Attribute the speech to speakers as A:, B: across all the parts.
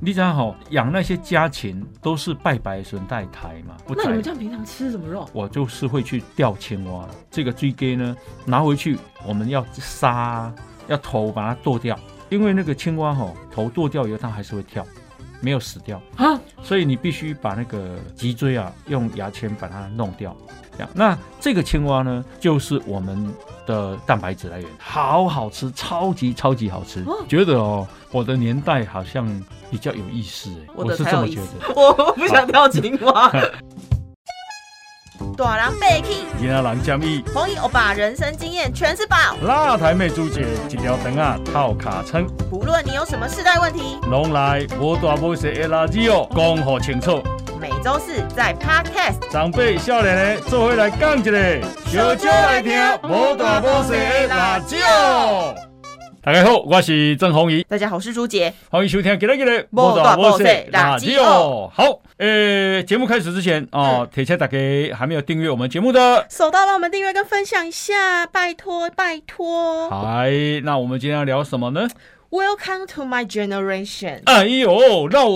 A: 你知道吼，养那些家禽都是拜拜的时候带抬嘛，不
B: 那你
A: 宰
B: 们这样平常吃什么肉？
A: 我就是会去钓青蛙了。这个追根呢，拿回去我们要杀啊，要头把它剁掉，因为那个青蛙吼、头剁掉以后它还是会跳，没有死掉
B: 啊，
A: 所以你必须把那个脊椎啊用牙签把它弄掉。这样，那这个青蛙呢，就是我们的蛋白质来源，好好吃，超级超级好吃。
B: 哦
A: 觉得哦，我的年代好像比较有意思，哎
B: 我
A: 我
B: 的
A: 是
B: 才
A: 这
B: 有
A: 么
B: 意
A: 觉
B: 思
A: 得。，
B: 我 我不想跳青 蛙。
C: 大人被气，
D: 今仔人建议，
C: 红衣欧巴人生经验全是宝。
D: 哪台妹主角一条肠啊套卡称，
C: 不论你有什么世代问题，
D: 拢来无大无小的垃圾哦，讲好清楚。
C: 每周四在 Podcast。
D: 长辈少年的做伙来讲一个，
C: 小酒来听无大无小的辣椒。
D: 哦大家好，我是郑宏仪，
C: 大家好，我是朱杰。
D: 欢迎收听今日的哦
C: 无大无小的哦辣椒。
D: 好，呃，节目开始之前
C: 嗯
D: 哦，提醒大家还没有订阅我们节目的。
C: 手到帮我们订阅跟分享一下，拜托拜托。
D: 嗨，哎那我们今天要聊什么呢？
C: Welcome to my generation。
D: 哎呦，绕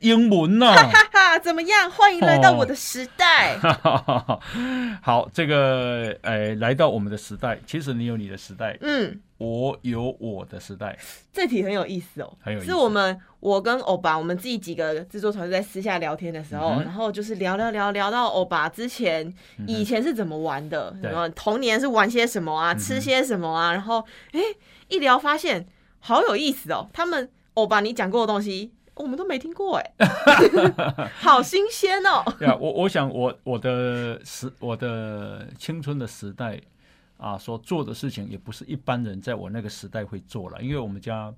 D: 英文呐、
C: 哈哈，怎么样？欢迎来到我的时代。
D: 好，这个哎，来到我们的时代，其实你有你的时代，
C: 嗯，
D: 我有我的时代。
B: 这题很有意思哦，
D: 很有意思
B: 是我们我跟欧巴，我们自己几个制作团队在私下聊天的时候，
D: 嗯哼
B: 然后就是聊聊聊聊到欧巴之前、以前是怎么玩的，
D: 对
B: 什么童年是玩些什么啊，吃些什么啊，然后哎、诶一聊发现好有意思哦，他们欧巴你讲过的东西。我们都没听过 哎、好新鲜哦！
D: 对啊，我我想我我的时我的青春的时代啊，所做的事情也不是一般人在我那个时代会做了，因为我们家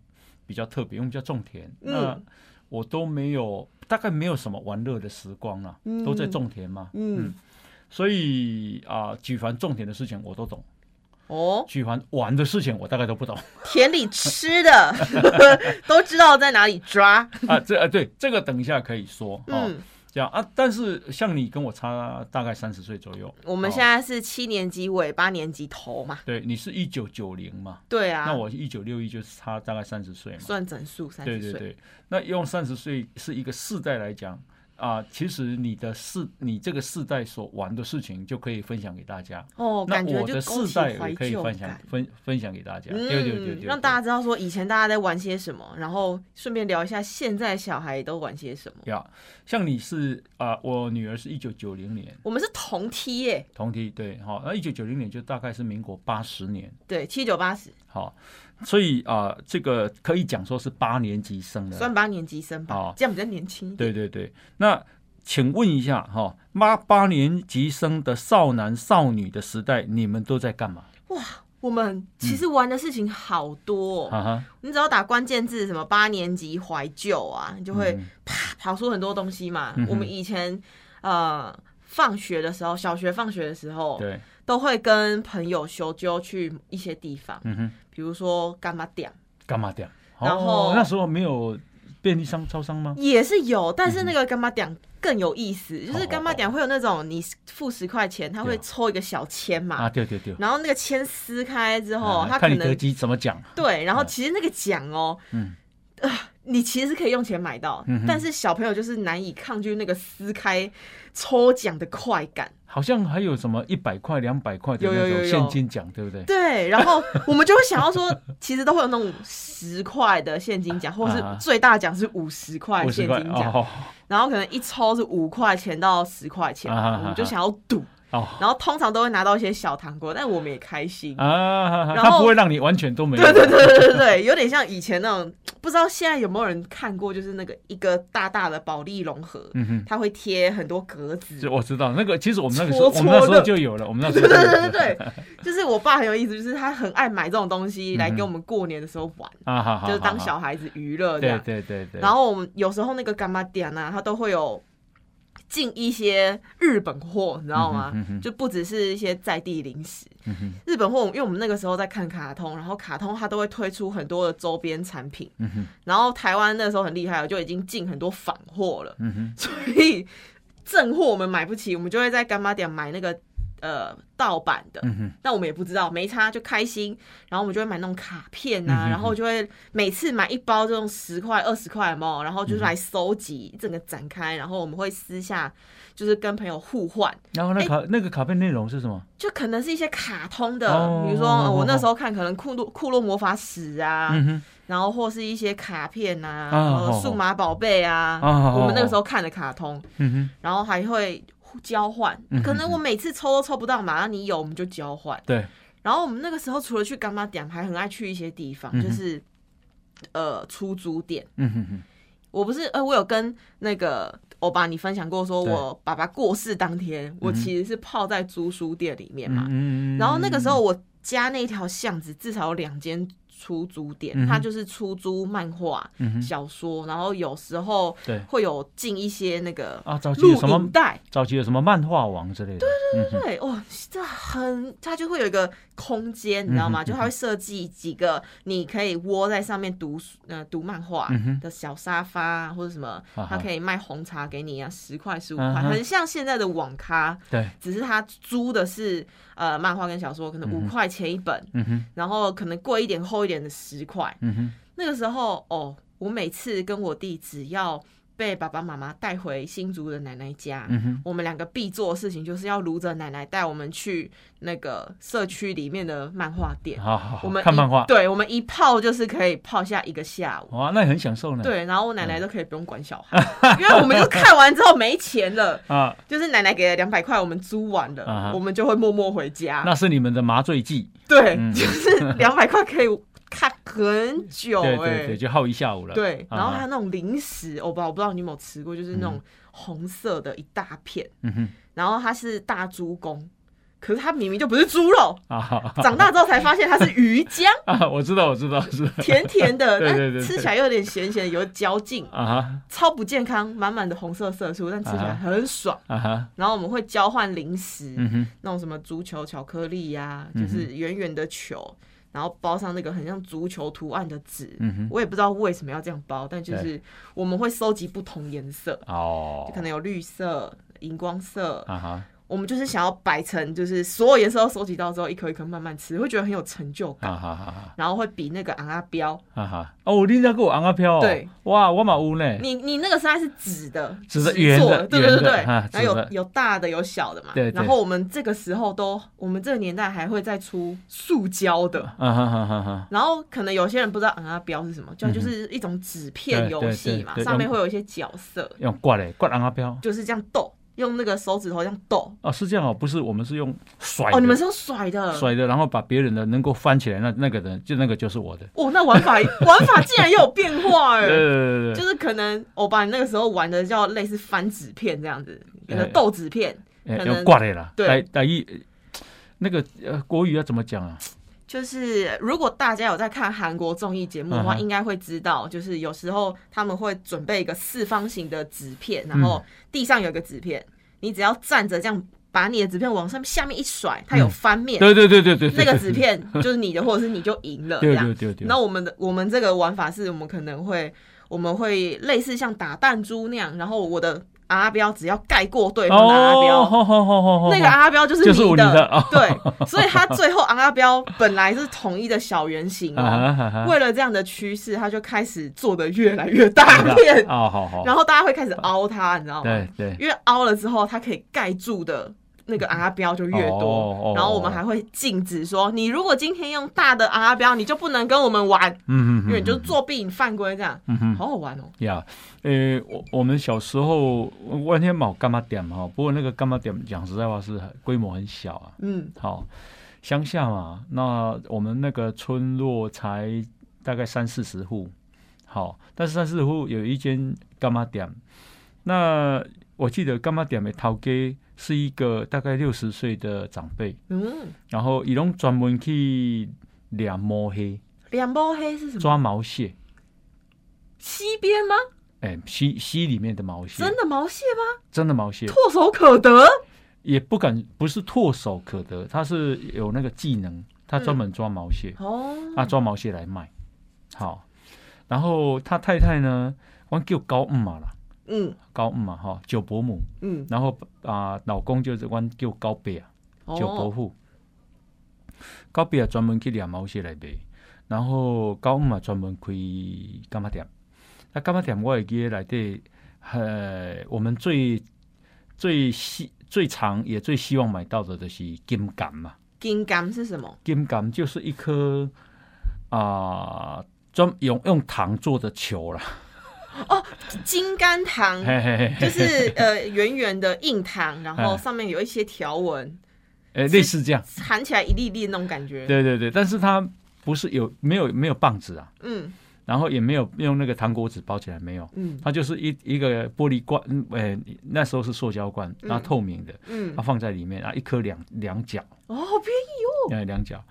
D: 比较特别，因为我们家种田，那
B: 嗯
D: 我都没有大概没有什么玩乐的时光啊，都在种田嘛，
B: 嗯
D: 嗯，所以啊，举凡种田的事情我都懂，
B: 哦，
D: 举凡玩的事情我大概都不懂
B: 田里吃的都知道在哪里 抓。
D: 啊，这啊对这个等一下可以说哦，
B: 嗯，
D: 这样啊，但是像你跟我差大概三十岁左右，
B: 我们
D: 哦
B: 现在是七年级尾，八年级头嘛。
D: 对你是一九九零嘛。
B: 对啊，
D: 那我一九六一就是差大概三十岁嘛，
B: 算整数三
D: 对
B: 十
D: 对
B: 岁，
D: 对。那用三十岁是一个世代来讲啊、其实你的世你这个世代所玩的事情就可以分享给大家。
B: 哦，
D: 那
B: 感觉
D: 我
B: 就
D: 的
B: 勾
D: 世
B: 起
D: 代
B: 怀
D: 也可以
B: 旧
D: 分享
B: 感。
D: 分分享给大家，
B: 嗯，
D: 对对对对，
B: 让大家知道说以前大家在玩些什么，然后顺便聊一下现在小孩都玩些什么。
D: 对呀。像你是啊、我女儿是一九九零年
B: 我们是同梯耶，
D: 同梯，对，好、那一九九零年就大概是民国八十年，
B: 对，七九八十
D: 好、所以啊、这个可以讲说是八年级生的，
B: 算八年级生吧
D: 好，
B: 这样比较年轻一点。
D: 对对对，那请问一下哈，八八年级生的少男少女的时代，你们都在干嘛？
B: 我们其
D: 嗯
B: 实玩的事情好多、哦，
D: 哈哈，
B: 你只要打关键字什么八年级怀旧啊，你就会
D: 嗯
B: 啪跑出很多东西嘛。
D: 嗯哼
B: 我们以前呃放学的时候，小学放学的时候，
D: 对，
B: 都会跟朋友修究去一些地方，
D: 嗯哼，
B: 比如说干嘛点
D: 干嘛掉？
B: 然后
D: 哦、那时候没有便利商超商吗？
B: 也是有，但是那个干嘛点更有意思，就是
D: 哦
B: 干嘛点会有那种你付十块钱，他
D: 对
B: 会
D: 啊
B: 抽一个小签嘛，
D: 啊，对对对。
B: 然后那个签撕开之后，
D: 啊
B: 他可
D: 看你得
B: 能
D: 机怎么讲，
B: 对，然后
D: 嗯
B: 其实那个奖哦，
D: 嗯
B: 啊你其实是可以用钱买到
D: 嗯，哼
B: 但是小朋友就是难以抗拒那个撕开抽奖的快感。
D: 好像还有什么一百块、两百块的
B: 有有
D: 那
B: 有
D: 种
B: 有
D: 现金奖，对不对？
B: 对，然后我们就会想要说，其实都会有那种十块的现金奖，或是
D: 啊
B: 最大奖是五十块
D: 五
B: 现
D: 十块
B: 金奖，
D: 哦
B: 然后可能一抽是五块钱到十块钱，
D: 啊啊啊
B: 我们就想要赌，
D: 哦
B: 然后通常都会拿到一些小糖果，但我们也开心。
D: 啊，
B: 然后
D: 他不会让你完全都没有。
B: 对对对对对对， 有点像以前那种，不知道现在有没有人看过，就是那个一个大大的保利龙盒，
D: 嗯哼，
B: 它会贴很多格子，
D: 就我知道那个，其实我们那个时候，
B: 搓
D: 我们那时
B: 搓
D: 候
B: 的
D: 就有了，我们那时候
B: 对对
D: 就有了
B: 对对对，就是我爸很有意思，就是他很爱买这种东西来给我们过年的时候玩，
D: 啊，嗯好好，
B: 就是当
D: 好
B: 小孩子娱乐这
D: 对
B: 样。
D: 对对对，
B: 然后我们有时候那个干妈店啊，它都会有进一些日本货，你知道吗？
D: 嗯哼嗯哼
B: 就不只是一些在地零食，
D: 嗯哼
B: 日本货，因为我们那个时候在看卡通，然后卡通它都会推出很多的周边产品，
D: 嗯哼
B: 然后台湾那时候很厉害哦，就已经进很多仿货了，
D: 嗯哼
B: 所以正货我们买不起，我们就会在干妈店买那个。呃盗版的，
D: 嗯哼，
B: 那我们也不知道，没差就开心，然后我们就会买那种卡片啊，
D: 嗯哼
B: 然后就会每次买一包这种十块、二十块嘛，然
D: 嗯
B: 后就是来收集，整个展开，然后我们会私下就是跟朋友互换，
D: 然后那卡、那个卡片内容是什么？
B: 就可能是一些卡通的，
D: 哦
B: 比如说、呃我那时候看可能库洛库洛魔法使啊，
D: 嗯哼，
B: 然后或是一些卡片
D: 啊
B: 啊，然
D: 哦
B: 后数码宝贝啊，
D: 哦哦
B: 我们那个时候看的卡通，
D: 嗯哼，
B: 然后还会互交换，
D: 嗯
B: 可能我每次抽都抽不到嘛，那你有我们就交换。
D: 对，
B: 然后我们那个时候除了去干妈店，还很爱去一些地方，
D: 嗯哼
B: 就是呃出租店。
D: 嗯哼哼，
B: 我不是呃，我有跟那个欧巴你分享过，说
D: 对
B: 我爸爸过世当天，我
D: 嗯哼
B: 其实是泡在租书店里面嘛。
D: 嗯
B: 然后那个时候，我家那条巷子至少有两间出租店，
D: 嗯哼
B: 它就是出租漫画、
D: 嗯哼，
B: 小说，然后有时候
D: 对
B: 会有进一些那个
D: 啊，早期
B: 录
D: 有什么嗯
B: 影？带。
D: 早期有什么漫画王之类的？对对对
B: 对，哇、这很，它就会有一个空间，你知道吗？
D: 嗯哼
B: 就它会设计几个你可以窝在上面读书，呃，读漫画
D: 嗯哼
B: 的小沙发啊或者什么，
D: 啊哈
B: 它可以卖红茶给你啊，十块十五
D: 啊
B: 块，
D: 哈
B: 很像现在的网咖，
D: 对，
B: 只是它租的是呃漫画跟小说，可能
D: 嗯
B: 五
D: 哼
B: 块钱一本，
D: 嗯哼，
B: 然后可能贵一点、厚一点的十块。
D: 嗯哼，
B: 那个时候哦，我每次跟我弟只要被爸爸妈妈带回新竹的奶奶家，
D: 嗯哼，
B: 我们两个必做的事情就是要撸着奶奶带我们去那个社区里面的漫画店。
D: 好好好
B: 我，们
D: 哦看
B: 一
D: 漫画，
B: 对，我们一泡就是可以泡下一个下午。
D: 哇，那也很享受呢。
B: 对，然后我奶奶都可以不用管小 孩，因为我们就看完之后没钱了，
D: 啊，
B: 就是奶奶给了两百块，我们租完了，
D: 啊哈
B: 我们就会默默回家。
D: 那是你们的麻醉剂，
B: 对，
D: 嗯
B: 就是 两百块可以看很久
D: 对
B: 哎、
D: 对对，就耗一下午了。
B: 对，
D: 啊
B: 然后还有那种零食，我不知道我不知道你有没有吃过，就是那种红色的一大片，
D: 嗯哼，
B: 然后它是大猪公，可是它明明就不是猪 肉，
D: 啊好好
B: 长大之后才发现它是鱼 浆，
D: 啊，我知道，我知道，是
B: 甜甜的，
D: 对
B: 但
D: 对对对
B: 吃起来有点咸咸，有嚼劲，
D: 啊哈
B: 超不健康，满满的红色色素，但吃起来
D: 啊
B: 很爽。
D: 啊哈，
B: 然后我们会交换零食，
D: 嗯哼，
B: 那种什么足球巧克力呀、
D: 嗯
B: 就是圆圆的球，然后包上那个很像足球图案的纸。
D: 嗯哼，
B: 我也不知道为什么要这样包，但就是我们会收集不同颜色，
D: 哦
B: 就，可能有绿色、荧光色，
D: 啊哈，
B: 我们就是想要摆成，就是所有颜色都收集到之后，一颗一颗慢慢吃，会觉得很有成就感。
D: 啊哈哈哈，
B: 然后会比那个昂阿标，
D: 啊哈，哦，你那个昂阿飘，
B: 对，
D: 哇，我嘛有呢，
B: 你你那个它是纸的，
D: 纸的圆的
B: 做对对
D: 圆的
B: 对对，
D: 啊
B: 然后
D: 纸
B: 有
D: 的
B: 有大的有小的嘛，
D: 对对
B: 然后我们这个时候都，我们这个年代还会再出塑胶的，
D: 啊哈哈哈哈，
B: 然后可能有些人不知道昂阿标是什么，就
D: 嗯哼
B: 就是一种纸片
D: 对
B: 游
D: 对
B: 戏嘛，
D: 对对
B: 上面
D: 用
B: 会有一些角色，
D: 用挂嘞，挂昂阿飘，
B: 就是这样抖，用那个手指头这样抖。
D: 哦，是这样哦，不是，我们是用甩的，
B: 哦，你们是用甩的，
D: 甩的，然后把别人的能够翻起来，那那个人就那个就是我的，
B: 哦，那玩 法玩法竟然也有变化
D: 对对
B: 哎。
D: 对
B: 就
D: 对
B: 是可能我把你那个时候玩的叫类似翻纸片这样子，有的
D: 哎
B: 豆纸片，
D: 对，
B: 可
D: 哎
B: 能
D: 要挂嘞啦，
B: 对
D: 来来一那个呃国语要怎么讲啊？
B: 就是如果大家有在看韩国综艺节目的话，
D: 嗯哼
B: 应该会知道，就是有时候他们会准备一个四方形的纸片，然
D: 嗯
B: 后地上有一个纸片，你只要站着这样把你的纸片往上面下面一甩，它有翻面，
D: 嗯对对对对对，
B: 那
D: 对
B: 个纸片就是你的，或者是你就 赢了这
D: 对
B: 样
D: 对。对对，
B: 那我们的我们这个玩法是我们可能会我们会类似像打弹珠那样，然后我的阿标只要盖过对方的阿标，
D: 哦，好好好好好，
B: 那个阿标就是
D: 就是
B: 你
D: 你的哦
B: 对，所以他最后昂阿标本来是统一的小圆形哦，
D: 啊哈哈
B: 为了这样的趋势，他就开始做的越来越大片，
D: 啊，好好，
B: 然后大家会开始凹它，你知道吗
D: 对？对，
B: 因为凹了之后，它可以盖住的。那个阿标就越
D: 哦
B: 多
D: 哦，
B: 然后我们还会禁止说，你如果今天用大的阿标，你就不能跟我们玩，
D: 嗯嗯，
B: 因为你就是作弊，你犯规这样，
D: 嗯哼
B: 好好玩哦。
D: 呀，呃，我我们小时候完全冇干嘛点哈，不过那个干嘛点讲实在话是很规模很小啊，
B: 嗯，
D: 好，乡下嘛，那我们那个村落才大概三四十户，好，但是三四十户有一间干妈店，那我记得干妈店的头家是一个大概六十岁的长辈，
B: 嗯，
D: 然后伊拢专门去抓毛黑、
B: 两包黑是什么？
D: 抓毛蟹，
B: 西边吗？
D: 哎、溪溪里面的毛蟹，
B: 真的毛蟹吗？
D: 真的毛蟹，
B: 唾手可得？
D: 也不敢不是唾手可得，他是有那个技能，他专门抓毛蟹。
B: 哦，
D: 啊，抓毛蟹来卖。好，然后他太太呢，我叫高姆嘛啦，
B: 嗯
D: 高姆嘛哈，九伯母，
B: 嗯，
D: 然后啊、老公就是我叫高伯啊，
B: 哦
D: 九伯父，高比也啊专门去掠毛蟹来卖，然后高姆嘛啊专门开干嘛店，那干嘛店我会记得内底，呃，我们最最希最常也最希望买到的就是金柑嘛，
B: 金柑是什么？
D: 金柑就是一颗啊。专用用糖做的球啦，
B: 金柑糖，
D: 嘿嘿 嘿，
B: 嗯就是呃圆圆的硬糖，然后上面有一些条纹，
D: 呃，类似这样，
B: 含起来一粒粒那种感觉。
D: 对对对，但是它不是有没有没有棒子啊，
B: 嗯
D: 然后也没有用那个糖果纸包起来，没有，
B: 嗯
D: 它就是一一个玻璃罐，嗯，呃，那时候是塑胶罐，
B: 嗯
D: 然后透明的，
B: 嗯
D: 它，放在里面，啊，一颗两两角，
B: 哦，好便
D: 呃，两角，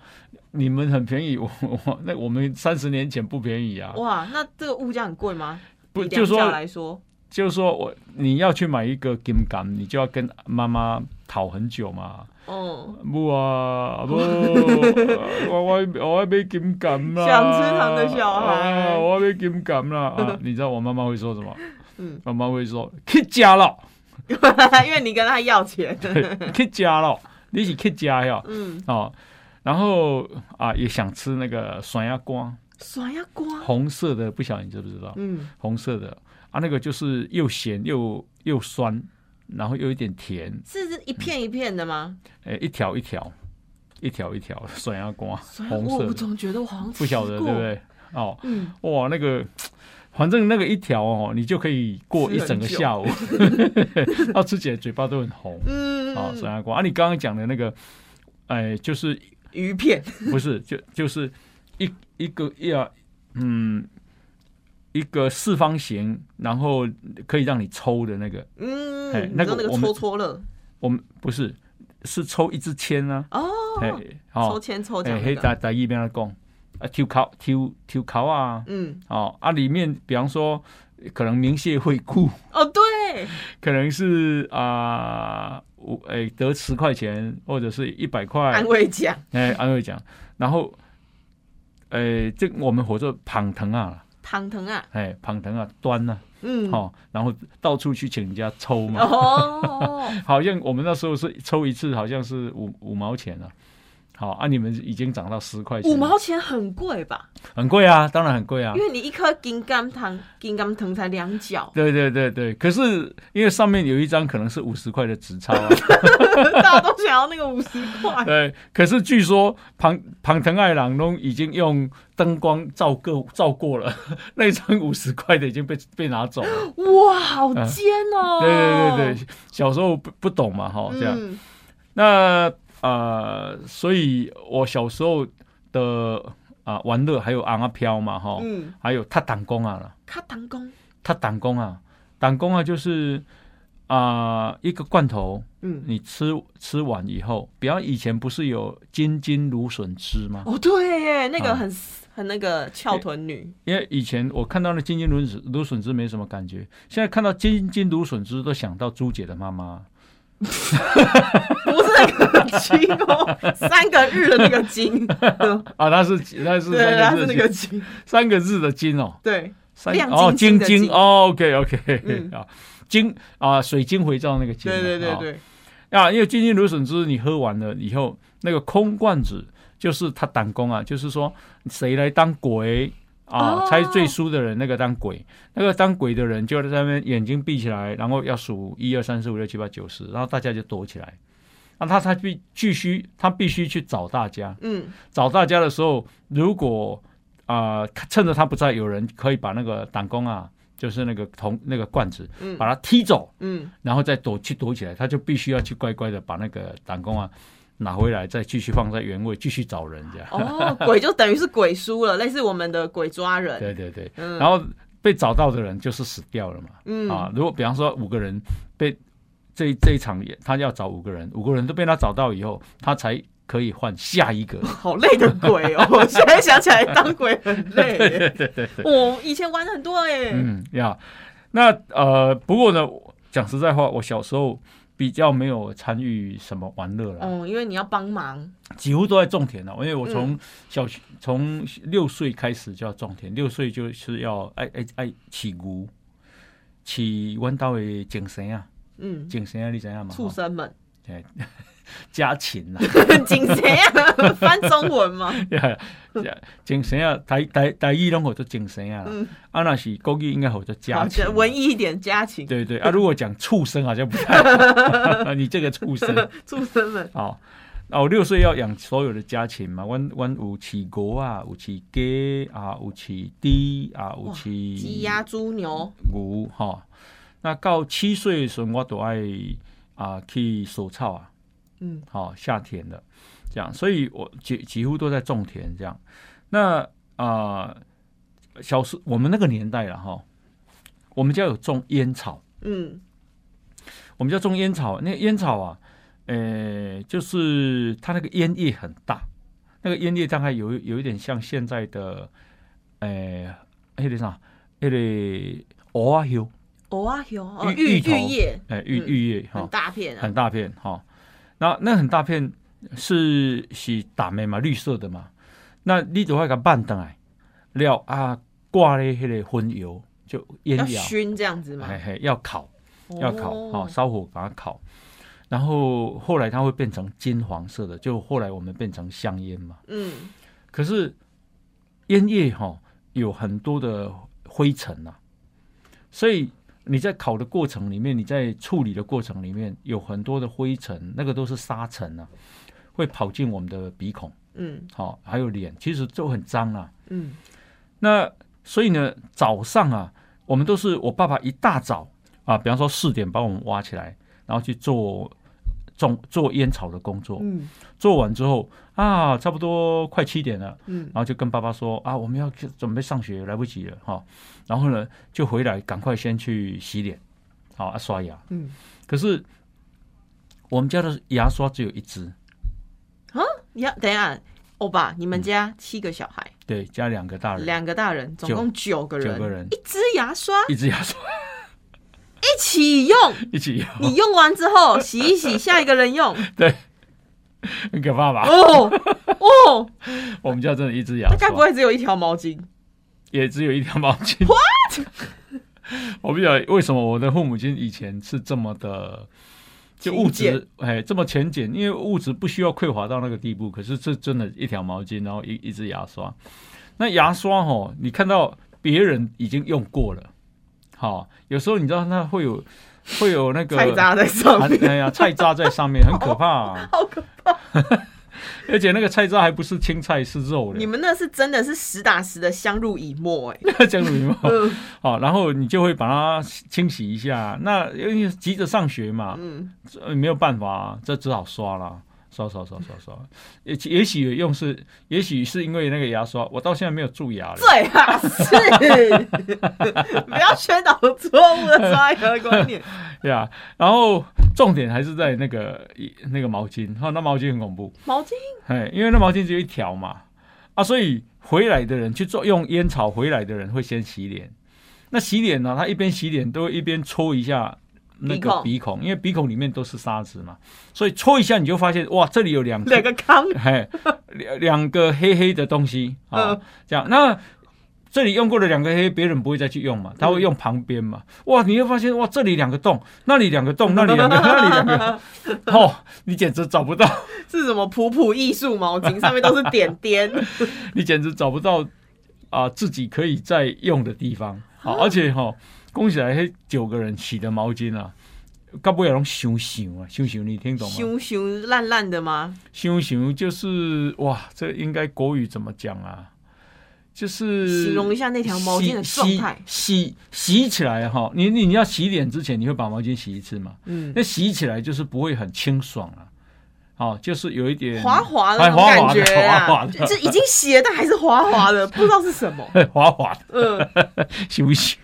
D: 你们很便宜，我 我那我们三十年前不便宜啊
B: 宜，哇！那这个物价很贵吗？
D: 不
B: 以
D: 就
B: 粮价
D: 说
B: 来说，
D: 就是说我你要去买一个金柑，你就要跟妈妈讨很久嘛，
B: 哦，
D: 不啊，不，我我我要被金柑啦！
B: 想吃糖的小孩
D: 啊我要被金柑啦！啊，你知道我妈妈会说什么？
B: 嗯，
D: 妈妈会说去家了，
B: 因为你跟他要 钱，
D: 去家了，你是去家呀？
B: 嗯，
D: 哦，然后啊，也想吃那个酸鸭瓜，
B: 酸呀瓜，
D: 红色的，不晓得你知不知道？
B: 嗯，
D: 红色的啊，那个就是又咸又又酸，然后又一点甜，
B: 是一片一片的吗？
D: 诶，一条一条，一条一条的酸鸭瓜，
B: 酸呀
D: 红
B: 瓜，
D: 色
B: 我
D: 的，
B: 总觉得我好像
D: 不晓得对
B: 吃过
D: 不？对？哦。
B: 嗯，
D: 哇，那个反正那个一条哦，你就可以过一整个下 午，然后吃起来嘴巴都很红
B: 嗯
D: 啊，酸辣瓜。啊，你刚刚讲的那个，哎，就是
B: 鱼片，
D: 不是就就是一一个要嗯一个四方形，然后可以让你抽的那个，哎
B: 嗯，
D: 那
B: 你说
D: 个
B: 那个
D: 我们
B: 搓搓乐，
D: 我们不是是抽一支签啊，
B: 哦，
D: 哎，
B: 抽
D: 哦，
B: 签抽奖
D: 哎，
B: 那
D: 黑
B: 个，
D: 在在一边来讲啊，抽考抽抽考啊，
B: 嗯，
D: 哦啊，里面比方说可能明谢惠顾，
B: 哦对，
D: 可能是啊五诶得十块钱或者是一百块
B: 安，慰奖，
D: 哎安慰奖，然后诶这我们火做捧疼啊，
B: 糖糖啊，
D: 哎捧疼啊端呐、
B: 嗯，
D: 好、然后到处去请人家抽嘛，
B: 哦，
D: 好像我们那时候是抽一次好像是五五毛钱啊。好啊，你们已经涨到十块钱，
B: 五毛钱很贵吧？
D: 很贵啊，当然很贵啊
B: 因。为你一颗金柑糖，金柑糖才两
D: ，
B: 角
D: 对对对对，可是因为上面有一张可能是五十块的纸钞啊，
B: 大家都想要那个五十块。
D: 对，可是据说庞庞藤爱郎都已经用灯光照过照过了， 那一张五十块的已经被被拿走了。
B: 哇，好尖哦！
D: 嗯啊对对对对，小时候不不懂嘛，哈，哦这样。
B: 嗯
D: 那呃，所以我小时候的啊、玩乐还有昂啊飘嘛，哈，
B: 嗯，
D: 还有踏挡工啊啦，
B: 卡糖工，
D: 踏挡工啊，挡工啊就是啊、一个罐头。
B: 嗯，
D: 你吃吃完以后，比方以前不是有金金芦笋汁吗？
B: 哦对耶，那个
D: 啊
B: 很很那个翘臀女，
D: 因为以前我看到那金金芦笋芦笋汁没什么感觉，现在看到金金芦笋汁都想到朱姐的妈妈。
B: 不是那个金哦，三个日的那个金，
D: 啊，她是她 是
B: 对，它
D: 三个
B: 是
D: 字
B: 那
D: 的
B: 个
D: 金
B: 金，
D: 三个字的金哦，
B: 对，
D: 三
B: 亮
D: 哦
B: 晶晶
D: 晶
B: 的晶
D: 哦，OK OK
B: 嗯
D: 啊晶啊水晶回照那个晶啊，
B: 对对对
D: 啊
B: 对，
D: 啊，因为金金芦笋汁你喝完了以后，那个空罐子就是他当工啊，就是说谁来当鬼啊，
B: 哦
D: 猜最输的人那个当鬼，那个当鬼的人就在那边眼睛闭起来，然后要数一二三四五六七八九十，然后大家就躲起来。那、他他必必须他必须去找大家，
B: 嗯，
D: 找大家的时候，如果啊、呃趁着他不在，有人可以把那个挡工啊，就是那个铜那个罐子，
B: 嗯
D: 把他踢走，
B: 嗯，
D: 然后再躲去躲起来，他就必须要去乖乖的把那个弹弓啊拿回来，再继续放在原位，继续找人这样。
B: 哦，鬼就等于是鬼输了，类似我们的鬼抓人，
D: 对对对，
B: 嗯
D: 然后被找到的人就是死掉了嘛。
B: 嗯
D: 啊，如果比方说五个人被这这一场也他要找五个人，五个人都被他找到以后，他才可以换下一个。
B: 好累的鬼 哦！我现在想起来当鬼很累。 对对对我以前玩很多哎、
D: 嗯呀，那呃，不过呢，讲实在话，我小时候比较没有参与什么玩乐了。
B: 哦，因为你要帮忙，
D: 几乎都在种田了、因为我
B: 嗯
D: 从小学从六岁开始就要种田，六岁就是要爱爱爱起牛，起弯刀的精神啊，
B: 嗯，
D: 精神啊，你知道吗？
B: 畜生们，
D: 哎，家禽 啦，
B: 景谁啊？翻中文嘛，
D: 呀呀精神啊，台台台语拢叫做精神啊
B: 嗯，
D: 啊那是国语应该叫做家
B: 好
D: 禽
B: 这
D: 啦。
B: 文艺一点家禽，
D: 对对啊，如果讲畜生好像不太好， 你这个畜生
B: 畜生们，
D: 哦。啊，我六岁要养所有的家禽嘛，阮阮有饲鹅啊，有饲鸡啊，有饲猪啊，有
B: 哇
D: 饲
B: 鸡鸭猪牛，
D: 牛吼、那到七岁的时候，我都爱啊去收草啊，
B: 嗯，
D: 好、下田了，这样，所以我几几乎都在种田这样。那啊、小时我们那个年代了哈、我们家有种烟草，
B: 嗯，
D: 我们家种烟草，那个烟草啊，呃，就是它那个烟叶很大，那个烟叶大概有有一点像现在的，呃，那个啥，那个蚵仔叶，
B: 哦啊有，哦
D: 芋
B: 玉
D: 芋头
B: 玉叶
D: 哎、玉
B: 嗯
D: 玉叶哈、
B: 很大片啊
D: 很，大片哈、那那很大片是是打咩嘛，绿色的嘛，那你就要给它拌上来，料啊挂咧迄个荤油就烟
B: 要
D: 料，
B: 熏这样子嘛
D: 嘿，嘿，要烤。哎要烤啊、
B: 哦
D: 哦，烧火把它烤。然后后来它会变成金黄色的，就后来我们变成香烟嘛。
B: 嗯，
D: 可是烟叶哈、有很多的灰尘呐、所以你在烤的过程里面，你在处理的过程里面有很多的灰尘，那个都是沙尘呐、会跑进我们的鼻孔，
B: 嗯
D: 好、还有脸，其实都很脏啊。
B: 嗯，
D: 那所以呢，早上啊，我们都是我爸爸一大早啊，比方说四点把我们挖起来，然后去做种做烟草的工作。
B: 嗯
D: 做完之后啊，差不多快七点了，
B: 嗯
D: 然后就跟爸爸说啊，我们要去准备上学，来不及了哈、然后呢，就回来赶快先去洗脸，好、啊、刷牙。
B: 嗯，
D: 可是我们家的牙刷只有一支，
B: 你要等一下，欧巴，你们家七个小孩，
D: 对，加两个大人，
B: 两个大人，总共九个
D: 嗯九个
B: 人，
D: 人，
B: 一支牙刷
D: 一支牙刷
B: 一起用，
D: 一起用，
B: 你用完之后洗一洗，下一个人用，
D: 很可怕吧？
B: 哦哦，
D: 我们家真的一支牙
B: 他
D: 刷，
B: 该不会只有一条毛巾？
D: 也只有一条毛巾。 我不晓得为什么我的父母亲以前是这么的，就物
B: 勤
D: 质哎这么浅简，因为物质不需要匮乏到那个地步。可是这真的，一条毛巾，然后一一支牙刷。那牙刷哦，你看到别人已经用过了，好、有时候你知道它会有会有那个
B: 菜渣在上
D: 啊
B: 面，，
D: 哎呀，菜渣在上面，很可怕、啊
B: 好可
D: 而且那个菜渣还不是青菜，是肉的
B: 你。们那是真的是实打实的相濡以沫 哎、
D: 这样 明白吗？
B: 嗯
D: 好，哦然后你就会把它清洗一下。那因为急着上学嘛，
B: 嗯，
D: 呃没有办法、啊，这只好刷啦，刷刷刷刷刷。也也许有用是，也许是因为那个牙刷，我到现在没有蛀牙了。
B: 最好是 不要宣导错误的刷牙 观念。
D: 对啊，然后重点还是在那个一那个毛巾，哈、那毛巾很恐怖，
B: 毛巾
D: 哎，因为那毛巾只有一条嘛，啊，所以回来的人去做用烟草回来的人会先洗脸。那洗脸呢、他一边洗脸都会一边搓一下那个鼻
B: 鼻
D: 孔，因为鼻孔里面都是沙子嘛，所以搓一下你就发现哇，这里有两
B: 两个康，
D: 嘿，两两个黑黑的东西啊、
B: 嗯
D: 这样那。这里用过的两个黑，别人不会再去用嘛，他会用旁边嘛。
B: 嗯
D: 哇，你会发现哇，这里两个洞，那里两个 洞，那里两个，那里两个， 哦，你简直找不到，
B: 是什么普普艺术毛巾，上面都是点点。
D: 你简直找不到啊、自己可以在用的地方。啊、而且哈、恭喜来九个人洗的毛巾啊，搞不要拢想想啊，想想你 听懂吗？
B: 熊熊烂烂的吗？
D: 想想就是哇，这应该国语怎么讲啊？就是
B: 形容一下那条毛巾的状态。
D: 洗洗洗起来哈，你你你要洗脸之前，你会把毛巾洗一次嘛？
B: 嗯，
D: 那洗起来就是不会很清爽啊，哦，就是有一点
B: 滑滑的
D: 哎
B: 那种感觉
D: 滑滑
B: 啊，
D: 的哎
B: 就就已经洗了，但还是滑滑的，不知道是什么。
D: 滑滑的，
B: 嗯，
D: 洗不洗？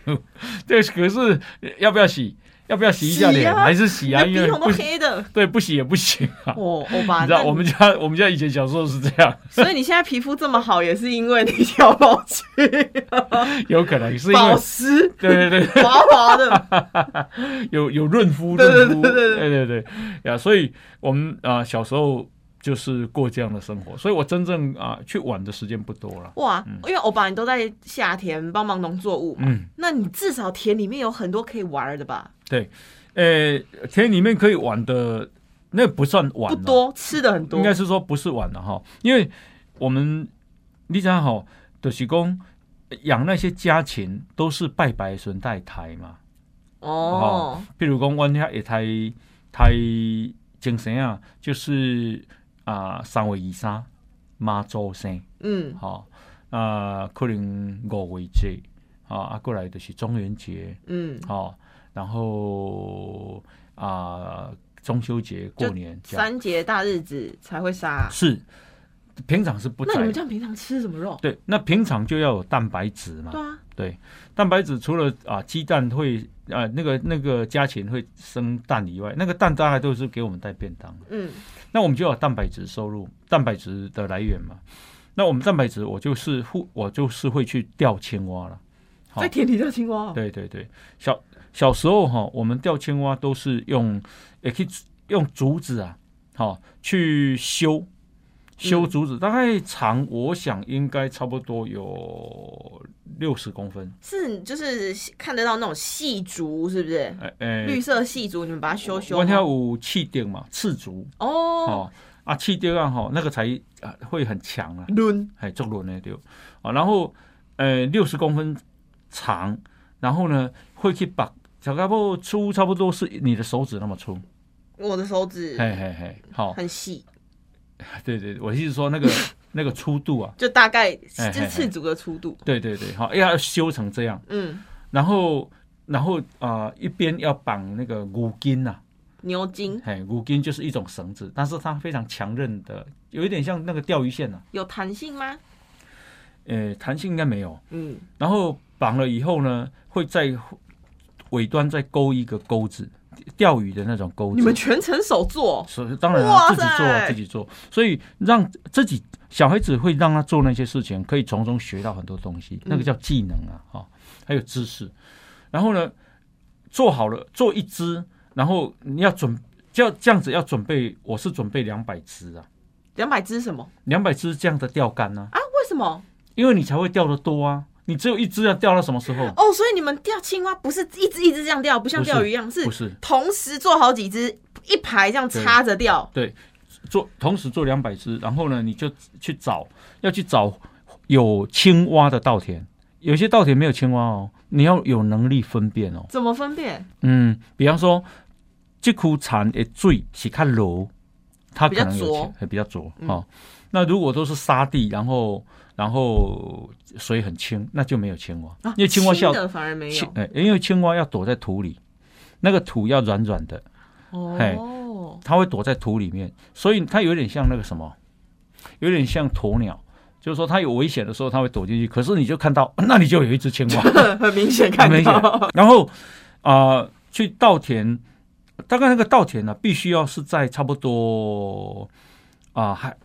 D: 对，可是要不要洗？要不要洗一下
B: 洗
D: 脸？
B: 啊
D: 还是洗啊？
B: 那
D: 因
B: 鼻
D: 为
B: 孔都
D: 不洗
B: 黑的。
D: 对不洗也不行啊。
B: 哦，欧巴，
D: 你知道
B: 那
D: 我们家我们家以前小时候是这样，
B: 所以你现在皮肤这么好，也是因为那条毛巾
D: 有可能是因为
B: 保湿，
D: 对对对。
B: 滑滑的。
D: 有有润肤，
B: 对对
D: 润肤，
B: 对对
D: 对对对呀，所以我们啊、呃小时候就是过这样的生活，所以我真正啊、去玩的时间不多了。
B: 哇，因为欧巴你都在夏天帮忙农作物嘛，
D: 嗯，
B: 那你至少田里面有很多可以玩的吧？
D: 呃，田里面可以玩的那不算晚
B: 不
D: 啊，
B: 多，吃的很多
D: 应，该是说不是晚了哈，因为我们你知道哈，就是讲养那些家禽都是拜拜神代台嘛，
B: 哦，
D: 譬如讲，阮遐会台台精神啊，就是啊、三月二三妈祖生，
B: 嗯，
D: 吼、啊、可能五月节，啊啊过来就是中元节，
B: 嗯，
D: 吼、然后啊、中秋节、过年这样
B: 三节大日子才会杀、
D: 是，平常是不
B: 那你
D: 在
B: 们这样平常吃什么肉？
D: 对，那平常就要有蛋白质嘛，
B: 对啊，
D: 蛋白质除了啊鸡蛋会啊那个那个家禽会生蛋以外，那个蛋大概都是给我们带便当的，
B: 嗯
D: 那我们就有蛋白质收入，蛋白质的来源嘛。那我们蛋白质我就是会我就是会去钓青蛙了。好
B: 在田里钓青蛙哦、
D: 对对对，小小时候哈，我们钓青蛙都是用也可以用竹子啊，好去修修竹
B: 嗯
D: 子，大概长我想应该差不多有六十公分，
B: 是就是看得到那种细竹，是不是？
D: 哎哎，
B: 绿色细竹，你们把它修修
D: 我
B: 吗。
D: 跳有气钉嘛，刺竹
B: 哦，
D: 哦啊气钉啊哈，那个才啊会很强啊，
B: 抡
D: 哎，中轮呢对，啊，然后呃六十公分长，然后呢会去把小咖布粗，差不多是你的手指那么粗，
B: 我的手指
D: 嘿嘿嘿，好，
B: 很细，
D: 对对，对我意思说那个那个粗度啊，
B: 就大概
D: 哎哎
B: 就是赤足的粗度。
D: 对对对，好，要修成这样，
B: 嗯，
D: 然后然后啊、一边要绑那个五筋呐、
B: 牛筋
D: 嘿，五筋就是一种绳子，但是它非常强韧的，有一点像那个钓鱼线呐、
B: 有弹性吗？
D: 呃，弹性应该没有。
B: 嗯，
D: 然后绑了以后呢，会在尾端再勾一个钩子，钓鱼的那种钩
B: 你们
D: 子。
B: 全程手做，
D: 所以当然啊
B: 哇
D: 自己做
B: 塞
D: 自己做，所以让自己小孩子会让他做那些事情，可以从中学到很多东西，那个叫技能啊，哈、还有知识。然后呢，做好了做一只，然后你要准就要这样子要准备，我是准备两百只啊，
B: 两百只什么
D: 两百只这样的钓竿啊，
B: 啊？为什么？
D: 因为你才会钓得多啊，你只有一只要钓到什么时候？
B: 哦，所以你们钓青蛙不是一只一只这样钓，不像
D: 不是
B: 钓鱼一样，是
D: 不是
B: 同时做好几只，一排这样插着钓。
D: 做同时做两百只，然后呢，你就去找要去找有青蛙的稻田，有些稻田没有青蛙哦，你要有能力分辨哦。
B: 怎么分辨？
D: 嗯，比方说，这枯蝉的水是较柔，它可能有
B: 比较浊嗯
D: 青，还比较浊哦。那如果都是沙地，然后然后水很清，那就没有青蛙，
B: 啊
D: 因为青蛙
B: 青
D: 要
B: 的反而没
D: 青
B: 有。
D: 哎，因为青蛙要躲在土里，那个土要软软的，嘿
B: 哦，
D: 它会躲在土里面，所以它有点像那个什么，有点像鸵鸟，就是说它有危险的时候它会躲进去，可是你就看到 那里就有一只青蛙，
B: 很明显看
D: 很明
B: 到。
D: 然后啊、呃去稻田，大概那个稻田呢、啊必须要是在差不多啊还、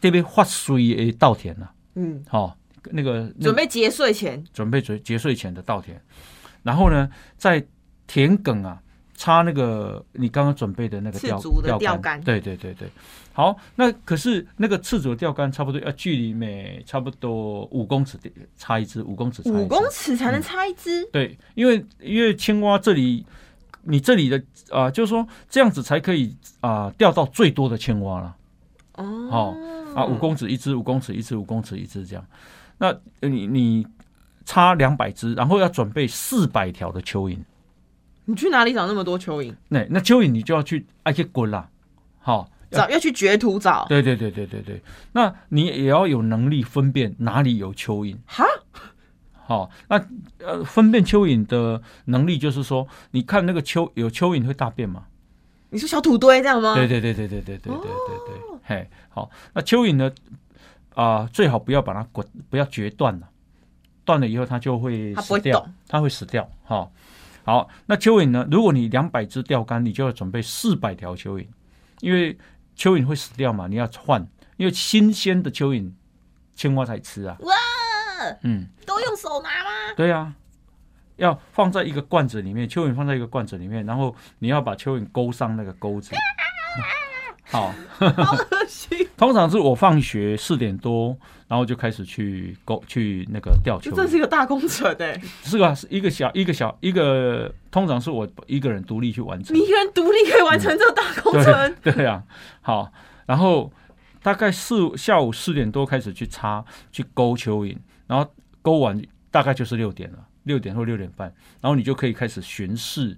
D: 这边发水的稻田呢、
B: 嗯，
D: 好、哦，那个那个
B: 准备结岁前，
D: 准备结结穗前的稻田，然后呢在田埂啊。插那个你刚刚准备的那个
B: 赤
D: 钓
B: 足的钓
D: 竿，
B: 竿
D: 对对对对，好，那可是那个赤足的钓竿差不多要距离每差不多五公尺地插一只，五公嗯尺插一只
B: 五公尺才能插一只。
D: 对，因为因为青蛙这里，你这里的啊、就是说这样子才可以啊、钓到最多的青蛙了
B: 哦
D: 哦，啊，五公尺一只，五公尺一只，五公尺一只这样。那呃你你插两百只，然后要准备四百条的蚯蚓，
B: 你去哪里找那么多蚯蚓？
D: 那那蚯蚓你就要去爱去滚啦，好、要
B: 找要去掘土找。
D: 对对对对对对，那你也要有能力分辨哪里有蚯蚓。
B: 哈，
D: 好、那呃，分辨蚯蚓的能力就是说，你看那个蚯有蚯蚓会大便吗？
B: 你说小土堆这样吗？
D: 对对对对对对对对对对，嘿，好，那蚯蚓呢？啊、最好不要把它滚，不要决断了，断了以后它就会
B: 它不
D: 死
B: 会
D: 掉
B: 动，
D: 它会死掉。哈、好，那蚯蚓呢？如果你两百只钓竿，你就要准备四百条蚯蚓，因为蚯蚓会死掉嘛，你要换，因为新鲜的蚯蚓青蛙才吃啊。
B: 哇，
D: 嗯，
B: 都用手拿吗？
D: 对啊，要放在一个罐子里面，蚯蚓放在一个罐子里面，然后你要把蚯蚓勾上那个钩子。 好，
B: 好恶心，
D: 通常是我放学四点多，然后就开始去勾去那个钓
B: 这
D: 球。
B: 真是一个大工程 哎！
D: 是吧？是一个小一个小一个，通常是我一个人独立去完成
B: 你。一个人独立可以完成这个大工程，
D: 对 对啊，好，然后大概四下午四点多开始去插去勾蚯蚓，然后勾完大概就是六点了，六点或六点半，然后你就可以开始巡视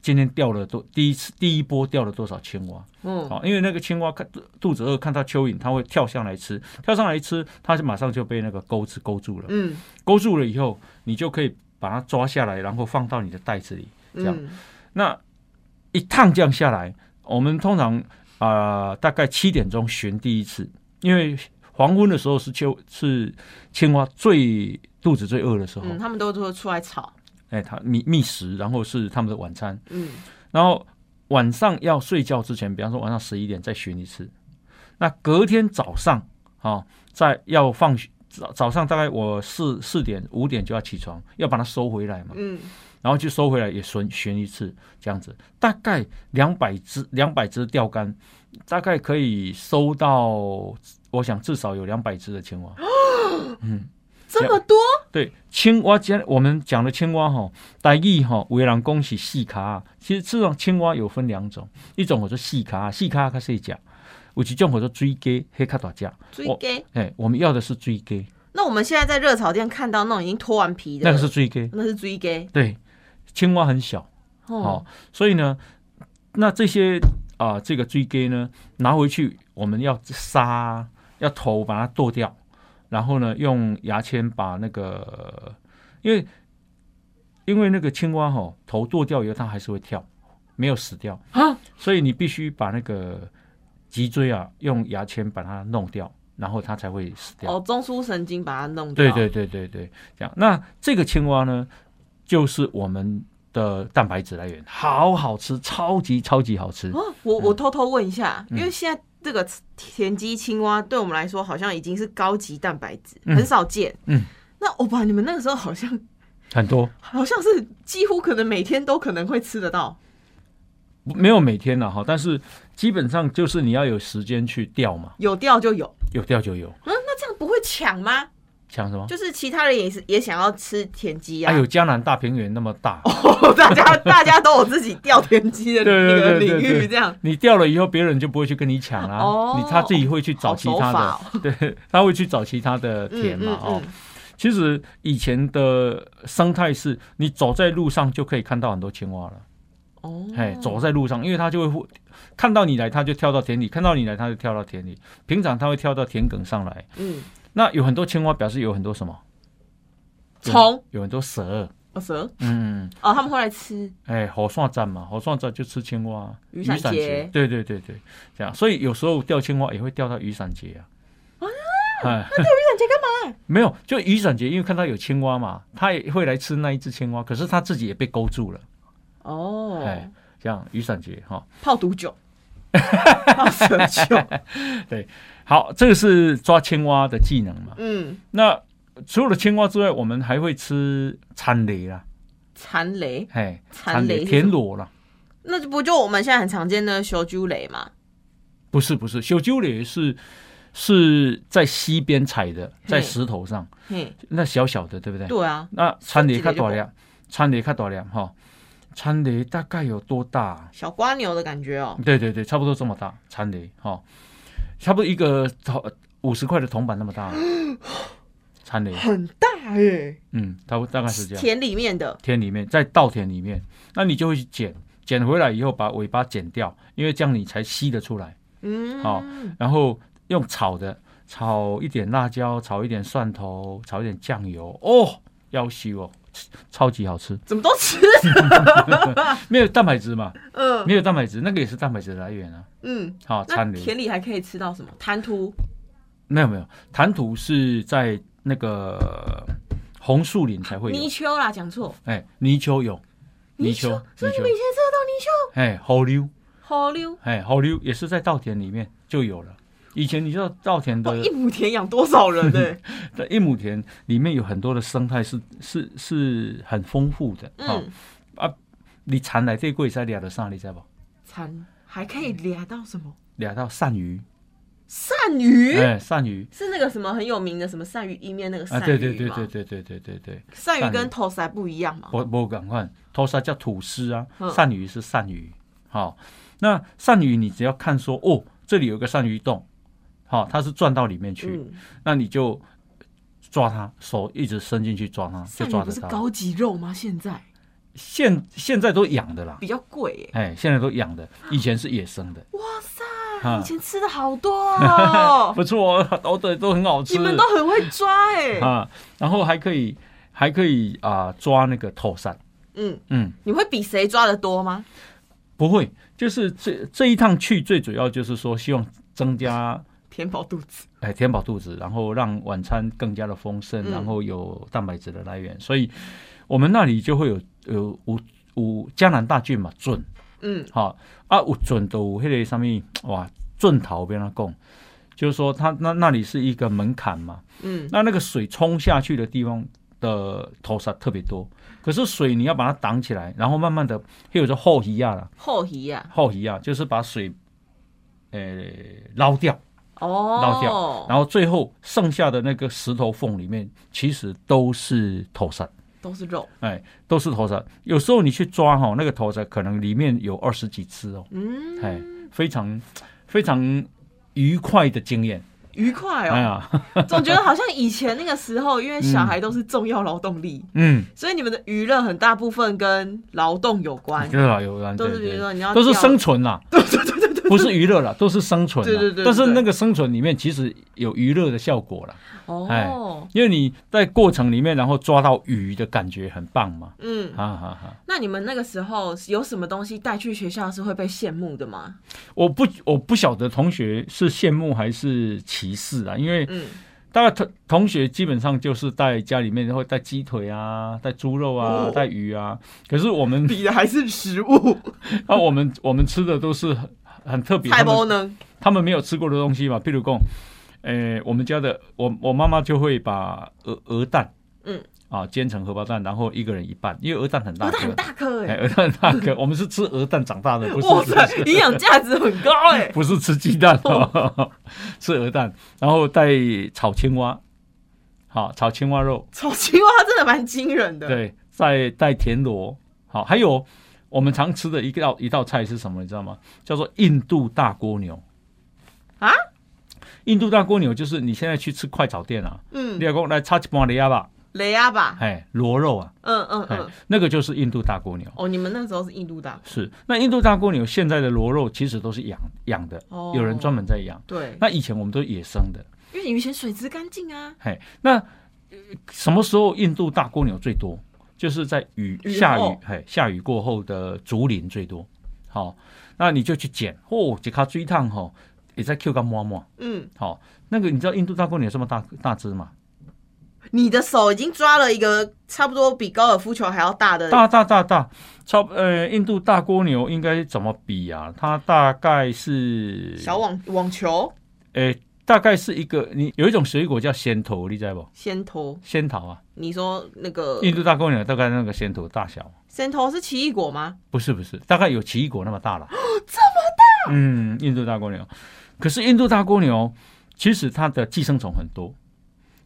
D: 今天钓了多第一次第一波钓了多少青蛙。
B: 嗯，
D: 好，因为那个青蛙看肚子饿，看到蚯蚓，它会跳上来吃，跳上来吃，它就马上就被那个钩子勾住了。
B: 嗯
D: 勾住了以后，你就可以把它抓下来，然后放到你的袋子里。这样
B: 嗯，
D: 那一趟这样下来，我们通常啊、呃大概七点钟巡第一次，因为黄昏的时候是秋是青蛙最肚子最饿的时候，
B: 嗯，他们都说出来吵，
D: 哎、它觅觅食，然后是他们的晚餐，
B: 嗯，
D: 然后晚上要睡觉之前，比方说晚上十一点再巡一次，那隔天早上啊、哦再要放学早早上大概我四四点五点就要起床，要把它收回来嘛，
B: 嗯，
D: 然后去收回来也巡巡一次，这样子大概两百只两百只钓竿，大概可以收到，我想至少有两百只的青蛙。
B: 这么多，
D: 对，青蛙今我们讲的青蛙哈，台语哈，为人恭喜细卡。其实这种青蛙有分两种，一种我说细卡，细卡它是一只，有一种我说追鸡，黑卡大只。
B: 追
D: 我
B: gay。
D: 哎，我们要的是追鸡，
B: 那我们现在在热炒店看到那种已经脱完皮的，
D: 那个是追鸡。
B: 那是追 gay
D: 对，青蛙很小。
B: 哦
D: 好、，所以呢，那这些啊、这个追龟呢，拿回去我们要杀，要头把它剁掉，然后呢，用牙签把那个，因为因为那个青蛙哈、头剁掉以后它还是会跳，没有死掉
B: 啊，
D: 所以你必须把那个脊椎啊，用牙签把它弄掉，然后它才会死掉。
B: 哦，中枢神经把它弄掉，
D: 啊对对对对对，这样。那这个青蛙呢，就是我们的蛋白质来源，好好吃，超级超级好吃。
B: 哦，我我偷偷问一下，
D: 嗯
B: 因为现在这个田鸡青蛙对我们来说好像已经是高级蛋白质，
D: 嗯
B: 很少见。
D: 嗯，
B: 那欧巴，你们那个时候好像
D: 很多
B: 好像是几乎可能每天都可能会吃得到。
D: 没有每天了哈，但是基本上就是你要有时间去钓嘛，
B: 有掉就有，
D: 有钓就有。
B: 嗯，那这样不会抢吗？
D: 抢什么？
B: 就是其他人也是也想要吃田鸡啊
D: 还，有江南大平原那么大，
B: 大家大家都有自己钓田鸡的
D: 对
B: 哦那
D: 对
B: 个
D: 对
B: 领
D: 对
B: 域，
D: 对
B: 这样
D: 你钓了以后，别人就不会去跟你抢啦、
B: 哦
D: 你他自己会去找
B: 好
D: 其
B: 手
D: 他的，
B: 法哦。
D: 对，他会去找其他的田嘛，哦。
B: 嗯，
D: 其实以前的生态是，你走在路上就可以看到很多青蛙了。
B: 哦，
D: 哎，走在路上，因为它就会互看到你来，它就跳到田里；看到你来，它就跳到田里。平常它会跳到田埂上来。
B: 嗯，
D: 那有很多青蛙，表示有很多什么？
B: 虫、
D: 有很多蛇。
B: 哦蛇
D: 嗯，
B: 哦，他们会来吃，
D: 哎，火算站嘛，火算站就吃青蛙。
B: 雨伞节
D: 对对对对，这样。所以有时候钓青蛙也会钓到雨伞节啊。啊，那钓雨伞节干嘛？没有，就雨伞节，因为看到有青蛙嘛，它也会来吃那一只青蛙，可是它自己也被勾住了。
B: 哦
D: 哎，这样雨伞节哈。
B: 泡 毒酒，泡蛇酒，
D: 好，这个是抓青蛙的技能嘛。
B: 嗯，
D: 那除了青蛙之外，我们还会吃蚕蕾啦，
B: 蚕雷，
D: 嘿，
B: 蚕
D: 蚕
B: 蕾
D: 蕾、
B: 是
D: 田
B: 什么
D: 螺啦，
B: 那就不就我们现在很常见的修鸠雷嘛？
D: 不是不是，小鸠蕾是是在溪边采的，在
B: 嘿
D: 石头上，
B: 嘿，
D: 那小小的，对不对？
B: 对啊，
D: 那蚕蕾
B: 小
D: 看
B: 只的
D: 多量，蚕蕾看多量哈，蚕蕾大概有多大啊、
B: 小瓜牛的感觉哦，
D: 对对对，差不多这么大，蚕蕾哈，差不多一个铜五十块的铜板那么 大，蚕蕾，
B: 很大耶，
D: 嗯，差不多大概嗯是这样。
B: 田里面的，
D: 田里面，在稻田里面，那你就会去捡，捡回来以后把尾巴剪掉，因为这样你才吸得出来。
B: 嗯，
D: 好然后用炒的，炒一点辣椒，炒一点蒜头，炒一点酱油，哦，要吸哦，超级好吃。
B: 怎么都吃，
D: 没有蛋白质嘛，
B: 嗯
D: 没有蛋白质，那个也是蛋白质的来源啊。
B: 嗯，
D: 好、
B: 那
D: 餐里
B: 田里还可以吃到什么？滩涂，
D: 没有没有，弹涂是在那个红树林才会
B: 泥
D: 有，
B: 鳅啦，讲错，
D: 哎，泥鳅有，
B: 泥
D: 泥
B: 鳅
D: 鳅，
B: 所以你们以
D: 泥
B: 前吃得到泥鳅，
D: 鳅，哎，河溜。
B: 好溜。
D: 哎，好溜也是在稻田里面就有了。以前你知道稻田
B: 哇，
D: 的
B: 一亩田养多少人呢、
D: 的一亩田里面有很多的生态是是是很丰富的。哦哈、
B: 嗯，
D: 你产来这贵在俩的上，你知道不？
B: 蚕还可以俩到什么？
D: 俩到鳝鱼，
B: 鳝鱼、
D: 哎，鳝鱼，
B: 是那个什么很有名的什么鳝鱼意面那个鳝鱼
D: 啊，
B: 吗？
D: 对对对对对对对对对，
B: 鳝鱼跟头塞不一样嘛。
D: 不不赶快，头沙叫土司啊，
B: 哦嗯
D: 鳝鱼是鳝鱼。好，那鳝鱼你只要看说哦，这里有个鳝鱼洞，好，它是钻到里面去，
B: 嗯，
D: 那你就抓它，手一直伸进去抓它，就
B: 鳝
D: 抓
B: 鱼不
D: 得
B: 是
D: 到。
B: 高级肉吗？现在
D: 现现在都养的啦，
B: 比较贵耶。
D: 哎，现在都养的，以前是野生的，
B: 哇塞，
D: 啊
B: 以前吃的好多 哦，
D: 不错哦，都对，都很好吃。
B: 你们都很会抓哎。
D: 啊，然后还可以还可以啊、抓那个头鳝，
B: 嗯，
D: 嗯。
B: 你会比谁抓的多吗？
D: 不会，就是这这一趟去，最主要就是说希望增加
B: 填饱肚子。
D: 哎填饱肚子，然后让晚餐更加的丰盛，
B: 嗯
D: 然后有蛋白质的来源，所以我们那里就会有有五五江南大郡嘛准
B: 嗯，
D: 哈啊有准都有迄个什么哇准头边他讲，就是说它那那里是一个门槛嘛，
B: 嗯，
D: 那那个水冲下去的地方的头沙特别多，可是水你要把它挡起来，然后慢慢的会有着后移亚啊啦。
B: 后移呀、
D: 后移啊，就是把水，呃，捞掉，捞掉，
B: 哦，
D: 然后最后剩下的那个石头缝里面，其实都是头鳝，
B: 都是肉。
D: 哎，都是头鳝。有时候你去抓哈、那个头鳝可能里面有二十几只哦，
B: 嗯，
D: 哎，非常非常愉快的经验。
B: 愉快
D: 哎
B: 哦。
D: 呀，
B: 总觉得好像以前那个时候，因为小孩都是重要劳动力，
D: 嗯，
B: 所以你们的娱乐很大部分跟劳动有关，
D: 对啊，有啊，
B: 哎都是
D: 对
B: 比如
D: 对
B: 说你要
D: 都是
B: 钓
D: 生存 啦，对对对对，不是娱乐啦，都是生存啦。
B: 对对对对
D: 但是那个生存里面其实有娱乐的效果啦。哎
B: 哦，
D: 因为你在过程里面，然后抓到鱼的感觉很棒嘛，
B: 嗯。
D: 哈哈哈！
B: 那你们那个时候有什么东西带去学校是会被羡慕的吗？
D: 我不我不晓得同学是羡慕还是歧视啊，因为
B: 嗯，
D: 大概同同学基本上就是带家里面会带鸡腿啊，带猪肉啊
B: 哦，
D: 带鱼啊，可是我 们
B: 比的还是食物，
D: 啊我们我们吃的都是很很特别，
B: 菜
D: 他
B: 包
D: 们
B: 呢？
D: 他们没有吃过的东西嘛，譬如说，呃，我们家的我我妈妈就会把鹅鹅蛋，
B: 嗯
D: 啊煎成荷包蛋，然后一个人一半，因为鹅蛋很大
B: 鹅
D: 颗
B: 蛋。很大颗
D: 哎，
B: 哎，
D: 鹅蛋大 哥，我们是吃鹅蛋长大的，不是
B: 哇塞，营养价值很高哎、
D: 不是吃鸡蛋哦， 吃鹅蛋，然后带炒青蛙，好炒青蛙肉，
B: 炒青蛙真的蛮惊人的。，
D: 对，再带田螺，好，还有我们常吃的一道一道菜是什么，你知道吗？叫做印度大蜗牛
B: 啊。
D: 印度大蜗牛就是你现在去吃快炒店啊，你
B: 嗯，
D: 要讲来插一半的鸭吧，
B: 雷阿吧，
D: 哎，螺肉啊，
B: 嗯嗯
D: 哎
B: 嗯，，
D: 那个就是印度大蜗牛。
B: 哦，你们那时候是印度啊大，
D: 是，那印度大蜗牛现在的螺肉其实都是养养的，
B: 哦
D: 有人专门在养。
B: 对，
D: 那以前我们都是野生的，
B: 因为以前水质干净啊，
D: 嘿，那呃什么时候印度大蜗牛最多？就是在雨
B: 雨
D: 下雨
B: 后，
D: 嘿，下雨过后的竹林最多。好、那你就去捡，哦，一卡追烫吼，也在 Q 干摸摸。
B: 嗯，
D: 好、那个你知道印度大蜗牛有这么大大只吗？
B: 你的手已经抓了一个差不多比高尔夫球还要大的，
D: 大大大大，超呃，印度大蜗牛应该怎么比啊？它大概是
B: 小网网球
D: 诶、大概是一个你有一种水果叫仙桃，你知道不？
B: 先头，
D: 仙桃啊，
B: 你说那个
D: 印度大蜗牛大概那个仙桃大小，
B: 先头是奇异果吗？
D: 不是不是，大概有奇异果那么大哦了。这么大？嗯，印度大蜗牛。可是印度大蜗牛其实它的寄生虫很多，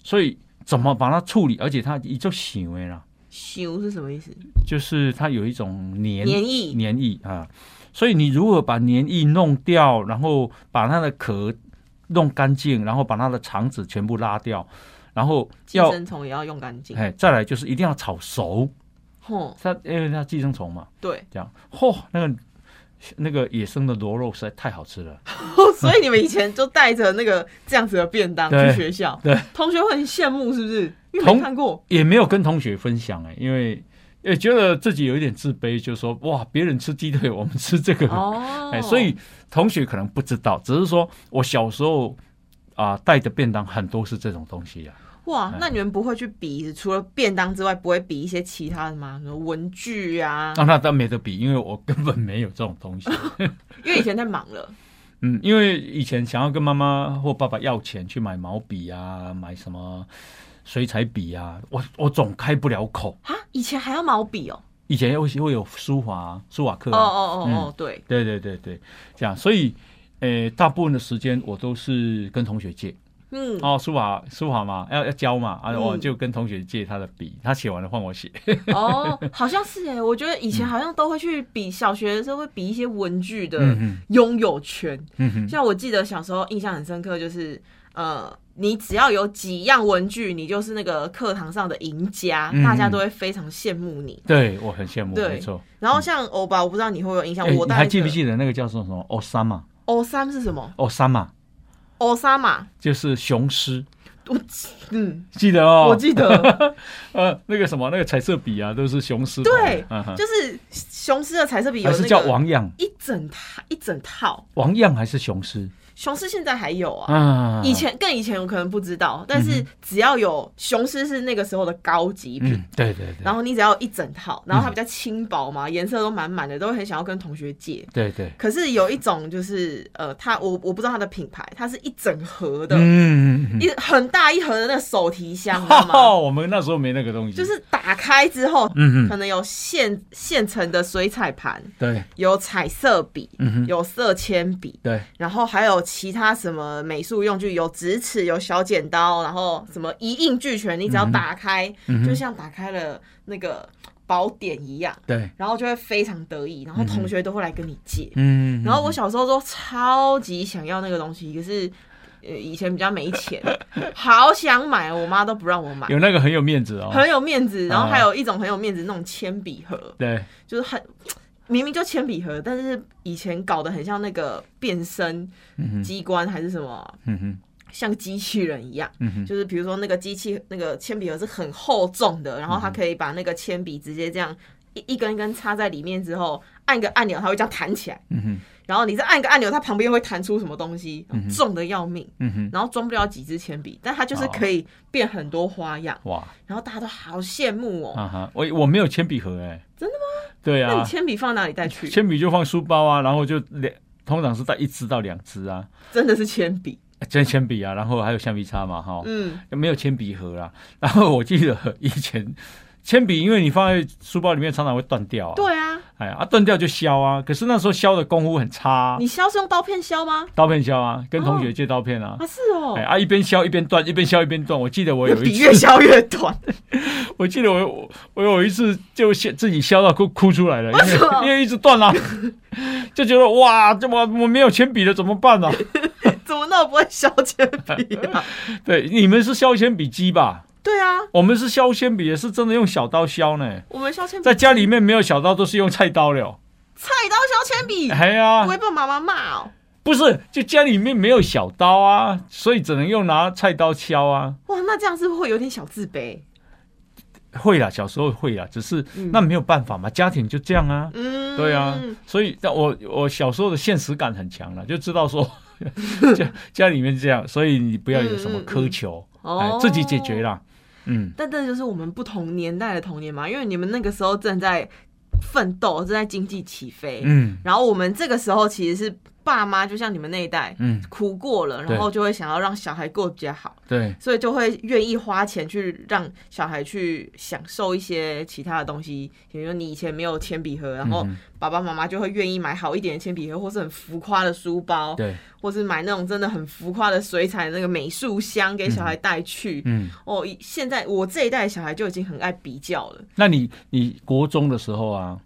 D: 所以怎么把它处理？而且它一就行为啦，
B: 咻是什么意思？
D: 就是它有一种黏
B: 黏液，
D: 黏液啊，所以你如何把黏液弄掉，然后把它的壳弄干净，然后把它的肠子全部拉掉，然后
B: 寄
D: 要
B: 生虫也要用干净。
D: 哎，再来就是一定要炒熟，
B: 吼，
D: 它因为它寄生虫嘛，
B: 对，
D: 这样，嚯、那个那个野生的螺肉实在太好吃了，
B: 所以你们以前就带着那个这样子的便当
D: 对
B: 去学校，
D: 对，
B: 同学会很羡慕，是不是？因为
D: 同
B: 没看过，
D: 也没有跟同学分享哎、因为也觉得自己有一点自卑，就说哇，别人吃鸡腿，我们吃这个，
B: 哦
D: 哎，所以同学可能不知道，只是说我小时候啊、带的便当很多是这种东西啊。
B: 哇
D: 哎，
B: 那你们不会去比，除了便当之外，不会比一些其他的吗？什么文具啊？
D: 啊，那倒没得比，因为我根本没有这种东西。
B: 因为以前太忙了，
D: 嗯，因为以前想要跟妈妈或爸爸要钱去买毛笔啊，买什么水彩笔啊，我我总开不了口。
B: 啊，以前还要毛笔哦。
D: 以前会会有书法、书法课
B: 哦
D: 啊，
B: 哦哦哦，对，
D: 对对对对，这样，所以诶，大部分的时间我都是跟同学借。
B: 嗯，
D: 哦，书法书法嘛，要要教嘛，啊，
B: 嗯
D: 我就跟同学借他的笔，他写完了换我写。
B: 哦，好像是哎，我觉得以
D: 嗯
B: 前好像都会去比，小学的时候会比一些文具的
D: 嗯
B: 拥有权，
D: 嗯哼，
B: 像我记得小时候印象很深刻，就是呃，你只要有几样文具，你就是那个课堂上的赢家，
D: 嗯
B: 大家都会非常羡慕你。
D: 对我很羡慕，
B: 对
D: 没错。
B: 然后像欧巴，我不知道你会不会有印象，
D: 诶
B: 我
D: 哎你
B: 大
D: 还
B: 概
D: 记不记得那个叫做什么奥萨玛？
B: 欧三是什么？
D: 奥萨玛
B: 欧三嘛，
D: 就是雄狮，
B: 我嗯，
D: 记得哦。
B: 我 记得，
D: 呃，那个什么，那个彩色笔啊，都是雄狮。
B: 对
D: 嗯哼
B: 就是雄狮的彩色笔有
D: 还
B: 那
D: 是
B: 个
D: 叫王样，
B: 一整套一整套，
D: 王样还是雄狮
B: 雄狮现在还有啊。
D: 啊？
B: 以前更以前我可能不知道，但是只要有雄狮是那个时候的高级品，
D: 嗯，对对对嗯
B: 然后你只要一整套，然后它比较轻薄嘛，颜色都满满的，都会很想要跟同学借。
D: 对对，
B: 可是有一种就是呃，它我我不知道它的品牌，它是一整盒的，
D: 嗯，嗯嗯
B: 一很大一盒的那个手提箱，你知
D: 哈
B: 道 吗？
D: 哈，我们那时候没那个东西，
B: 就是打开之后，
D: 哦嗯
B: 可
D: 嗯，
B: 能有现现成的水彩盘，
D: 对，
B: 有彩色笔，
D: 嗯哼，
B: 有色铅笔，
D: 对，
B: 然后还有其他什么美术用具，有直尺，有小剪刀，然后什么一应俱全，你只要打开，
D: 嗯哼
B: 就像打开了那个宝典一样，
D: 对，
B: 然后就会非常得意，然后同学都会来跟你借。
D: 嗯，
B: 然后我小时候都超级想要那个东西，可是呃以前比较没钱， 好想买，我妈都不让我买。
D: 有那个很有面子哦，啊
B: 很有面子，然后还有一种很有面子那种铅笔盒，
D: 对，
B: 就是很明明就铅笔盒，但是以前搞得很像那个变身
D: 嗯哼，
B: 机关还是什么，
D: 嗯哼，
B: 像机器人一样。
D: 嗯哼，
B: 就是比如说那个机器那个铅笔盒是很厚重的，然后它可以把那个铅笔直接这样一一根一根插在里面之后，按一个按钮，它会这样弹起来。
D: 嗯哼，
B: 然后你再按一个按钮，它旁边会弹出什么东西，重的要命，
D: 嗯哼，
B: 然后装不了几支铅笔，但它就是
D: 哦
B: 可以变很多花样，
D: 哇，
B: 然后大家都好羡慕哦。
D: 嗯啊哈，我我没有铅笔盒哎，
B: 真
D: 的吗？对
B: 那
D: 啊
B: 你，铅笔放哪里带去？
D: 铅笔就放书包啊，然后就两，通常是带一支到两支啊，
B: 真的是铅笔，
D: 真铅笔啊，然后还有橡皮擦嘛，哈，
B: 嗯，
D: 没有铅笔盒啦。然后我记得以前铅笔，因为你放在书包里面，常常会断掉啊。，
B: 对啊，
D: 哎啊，断掉就削啊。可是那时候削的功夫很差、啊，
B: 你削是用刀片削吗？
D: 刀片削啊，跟同
B: 哦
D: 学借刀片啊。
B: 啊，是哦
D: 哎，啊，一边削一边断，一边削一边断。我记得我有一
B: 笔越
D: 次，
B: 削越 短，
D: 我记得我我我有一次就削自己削到哭哭出来了，因
B: 为什么
D: 为因为一直断啊， 就觉得哇，这么我没有铅笔了怎么办 呢、啊？
B: 怎么那么不会削铅笔啊？
D: 对，你们是削铅笔机吧？
B: 对啊，
D: 我们是削铅笔，也是真的用小刀削呢。
B: 我们削铅笔
D: 在家里面没有小刀，都是用菜刀了。
B: 菜刀削铅笔，
D: 哎
B: 不
D: 呀
B: 会，被妈妈骂哦。
D: 不是，就家里面没有小刀啊，所以只能用拿菜刀削啊。
B: 哇，那这样是不是会有点小自卑？
D: 会啦，小时候会啦，只是
B: 嗯
D: 那没有办法嘛，家庭就这样啊。
B: 嗯，
D: 对啊，所以但我我小时候的现实感很强了，就知道说 家家里面这样，所以你不要有什么苛求，哎
B: 嗯哦，，
D: 自己解决。啦。嗯，
B: 但这就是我们不同年代的童年嘛，因为你们那个时候正在奋斗，正在经济起飞，
D: 嗯
B: 然后我们这个时候其实是爸妈，就像你们那一代，
D: 嗯，
B: 苦过了，然后就会想要让小孩过得比较好，
D: 对
B: 所以就会愿意花钱去让小孩去享受一些其他的东西，比如说你以前没有铅笔盒，然后
D: 嗯
B: 爸爸妈妈就会愿意买好一点的铅笔盒，或是很浮夸的书包，
D: 对，
B: 或是买那种真的很浮夸的水彩那个美术箱给小孩带去。
D: 嗯，
B: 哦，以现在我这一代的小孩就已经很爱比较了。
D: 那你你国中的时候啊，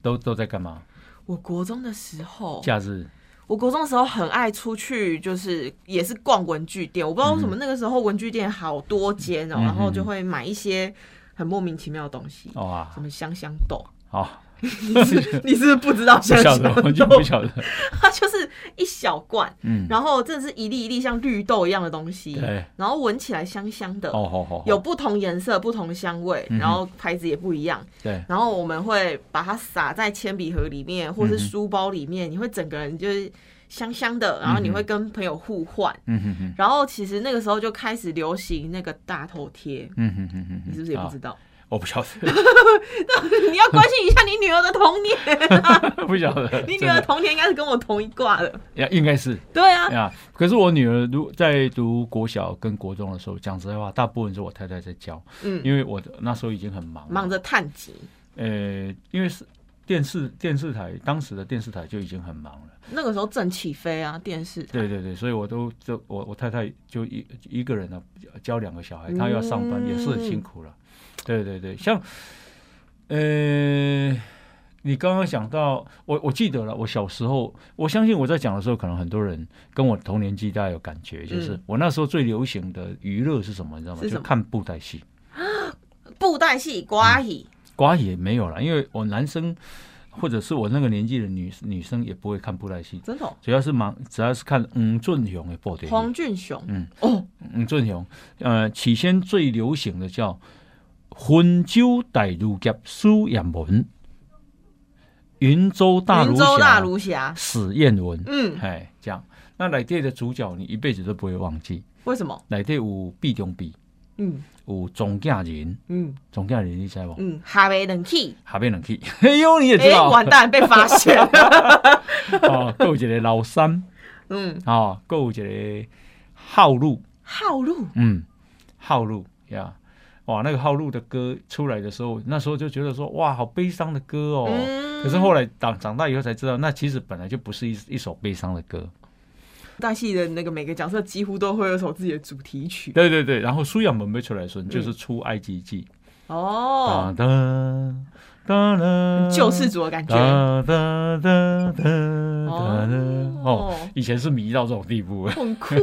D: 都都在干嘛？
B: 我国中的时候，
D: 假日？
B: 我国中的时候很爱出去，就是也是逛文具店。我不知道为什么那个时候文具店好多间哦、
D: 嗯
B: 然后就会买一些很莫名其妙的东西，
D: 哇，
B: 什么香香豆。
D: 哦啊好，
B: 你是你是不是不知道
D: 不
B: 香
D: 晓
B: 香
D: 得，我就
B: 豆
D: 不，晓得。
B: 它就是一小罐，
D: 嗯，
B: 然后真的是一粒一粒像绿豆一样的东西，
D: 对，
B: 然后闻起来香香的，
D: 哎哦，好好，
B: 有不同颜色、不同香味，
D: 嗯哼
B: 然后牌子也不一样。
D: 对，
B: 然后我们会把它撒在铅笔盒里面，或
D: 嗯
B: 是书包里面，你会整个人就是香香的，然后你会跟朋友互换。
D: 嗯哼哼，
B: 然后其实那个时候就开始流行那个大头贴，
D: 嗯哼哼哼，
B: 你是不是也不知
D: 道？
B: 道？
D: 我不晓得，
B: 你要关心一下你女儿的童年，
D: 不晓得，
B: 你女
D: 真
B: 儿
D: 的
B: 的童年应该是跟我同一挂的。
D: 呀，应该是
B: 对 啊，
D: 呀。可是我女儿如在读国小跟国中的时候，讲实在话，大部分是我太太在教，
B: 嗯，
D: 因为我的那时候已经很忙，
B: 忙着。探集，
D: 呃，因为是电视电视台当时的电视台就已经很忙了。
B: 那个时候正起飞啊，电视台
D: 对对对，所以我都就我我太太就一一个人呢、啊，教两个小孩，她要上班也是很辛苦了。对对对，像呃，你刚刚讲到我我记得了，我小时候，我相信我在讲的时候，可能很多人跟我同年纪，大家有感觉，就是
B: 嗯
D: 我那时候最流行的娱乐是什么，你知道吗？
B: 是什
D: 就
B: 么
D: 看布袋戏，
B: 布袋戏、瓜戏，
D: 瓜也没有了，因为我男生或者是我那个年纪的女女生也不会看布袋戏。
B: 真的哦
D: 主要是忙，只要是看吴俊雄的布袋戏。
B: 黄俊雄，
D: 嗯
B: 哦，
D: 吴俊雄，呃，起先最流行的叫“汾州大儒侠苏彦文”，云州大儒
B: 云州大
D: 侠
B: 儒侠，
D: 史彦文，
B: 嗯，
D: 哎，这样。那内地的主角你一辈子都不会忘记，
B: 为什么？
D: 内地有毕中比，
B: 嗯
D: 有钟家人，
B: 嗯
D: 钟家人你知无？
B: 嗯，哈维冷气，
D: 下边人去，哎呦你也知
B: 哎，
D: 道，
B: 完蛋，被发 现了，
D: 哦，还有一个老三，
B: 嗯，
D: 哦，还有一个浩路，
B: 浩路，
D: 嗯，浩路呀，哇，那个浩路的歌出来的时候，那时候就觉得说，哇，好悲伤的歌哦。
B: 嗯
D: 可是后来长长大以后才知道，那其实本来就不是一一首悲伤的歌。
B: 布袋戏的那个每个角色几乎都会有一首自己的主题曲，
D: 对对对，然后苏养文被出来的时候，就是出《埃及记》
B: 哦，
D: 哒哒哒，
B: 救世主的感觉，
D: 哒哒哒哒哒哒。哦，
B: 哦，
D: 以前是迷到这种地步。
B: 很酷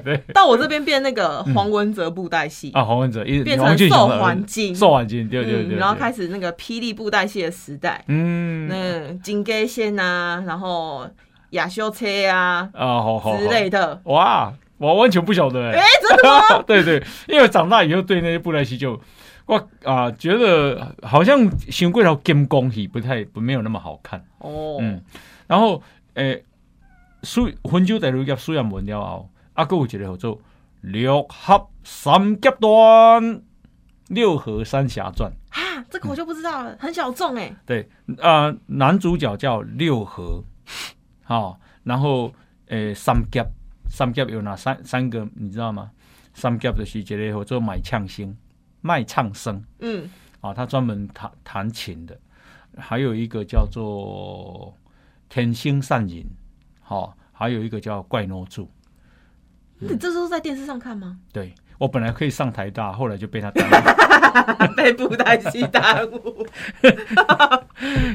D: 对对，
B: 到我这边变那个黄文哲布袋戏，
D: 啊，黄文哲一
B: 变成
D: 黄俊雄的
B: 受环
D: 儿子
B: 境
D: 受环境，对对对
B: 嗯，然后
D: 对
B: 开始那个霹雳布袋戏的时代，
D: 嗯
B: 那金龟仙啊，然后亚修车啊
D: 啊，好好好
B: 之类的。
D: 哇，我完全不晓得哎、
B: 哎，真的吗？
D: 对对，因为长大以后对那些布莱希就我啊、觉得好像行过头金光戏不太不没有那么好看，
B: 哦，
D: 嗯，然后诶，苏温州大陆甲苏扬文了后，啊，佫有一个叫做六合三甲段，六合三峡传，
B: 哈，这个我就不知道了，很小众哎。
D: 对啊、男主角叫六合，好、然后诶、三甲，三甲有哪三三个？你知道吗？三甲就是一个叫做买唱星、卖唱生
B: 嗯，
D: 啊、他专门弹弹琴的，还有一个叫做天星善人，好、还有一个叫怪诺柱。嗯
B: 你这时候在电视上 看吗？
D: 对我本来可以上台大，后来就被他耽误了
B: 被布袋戏耽误。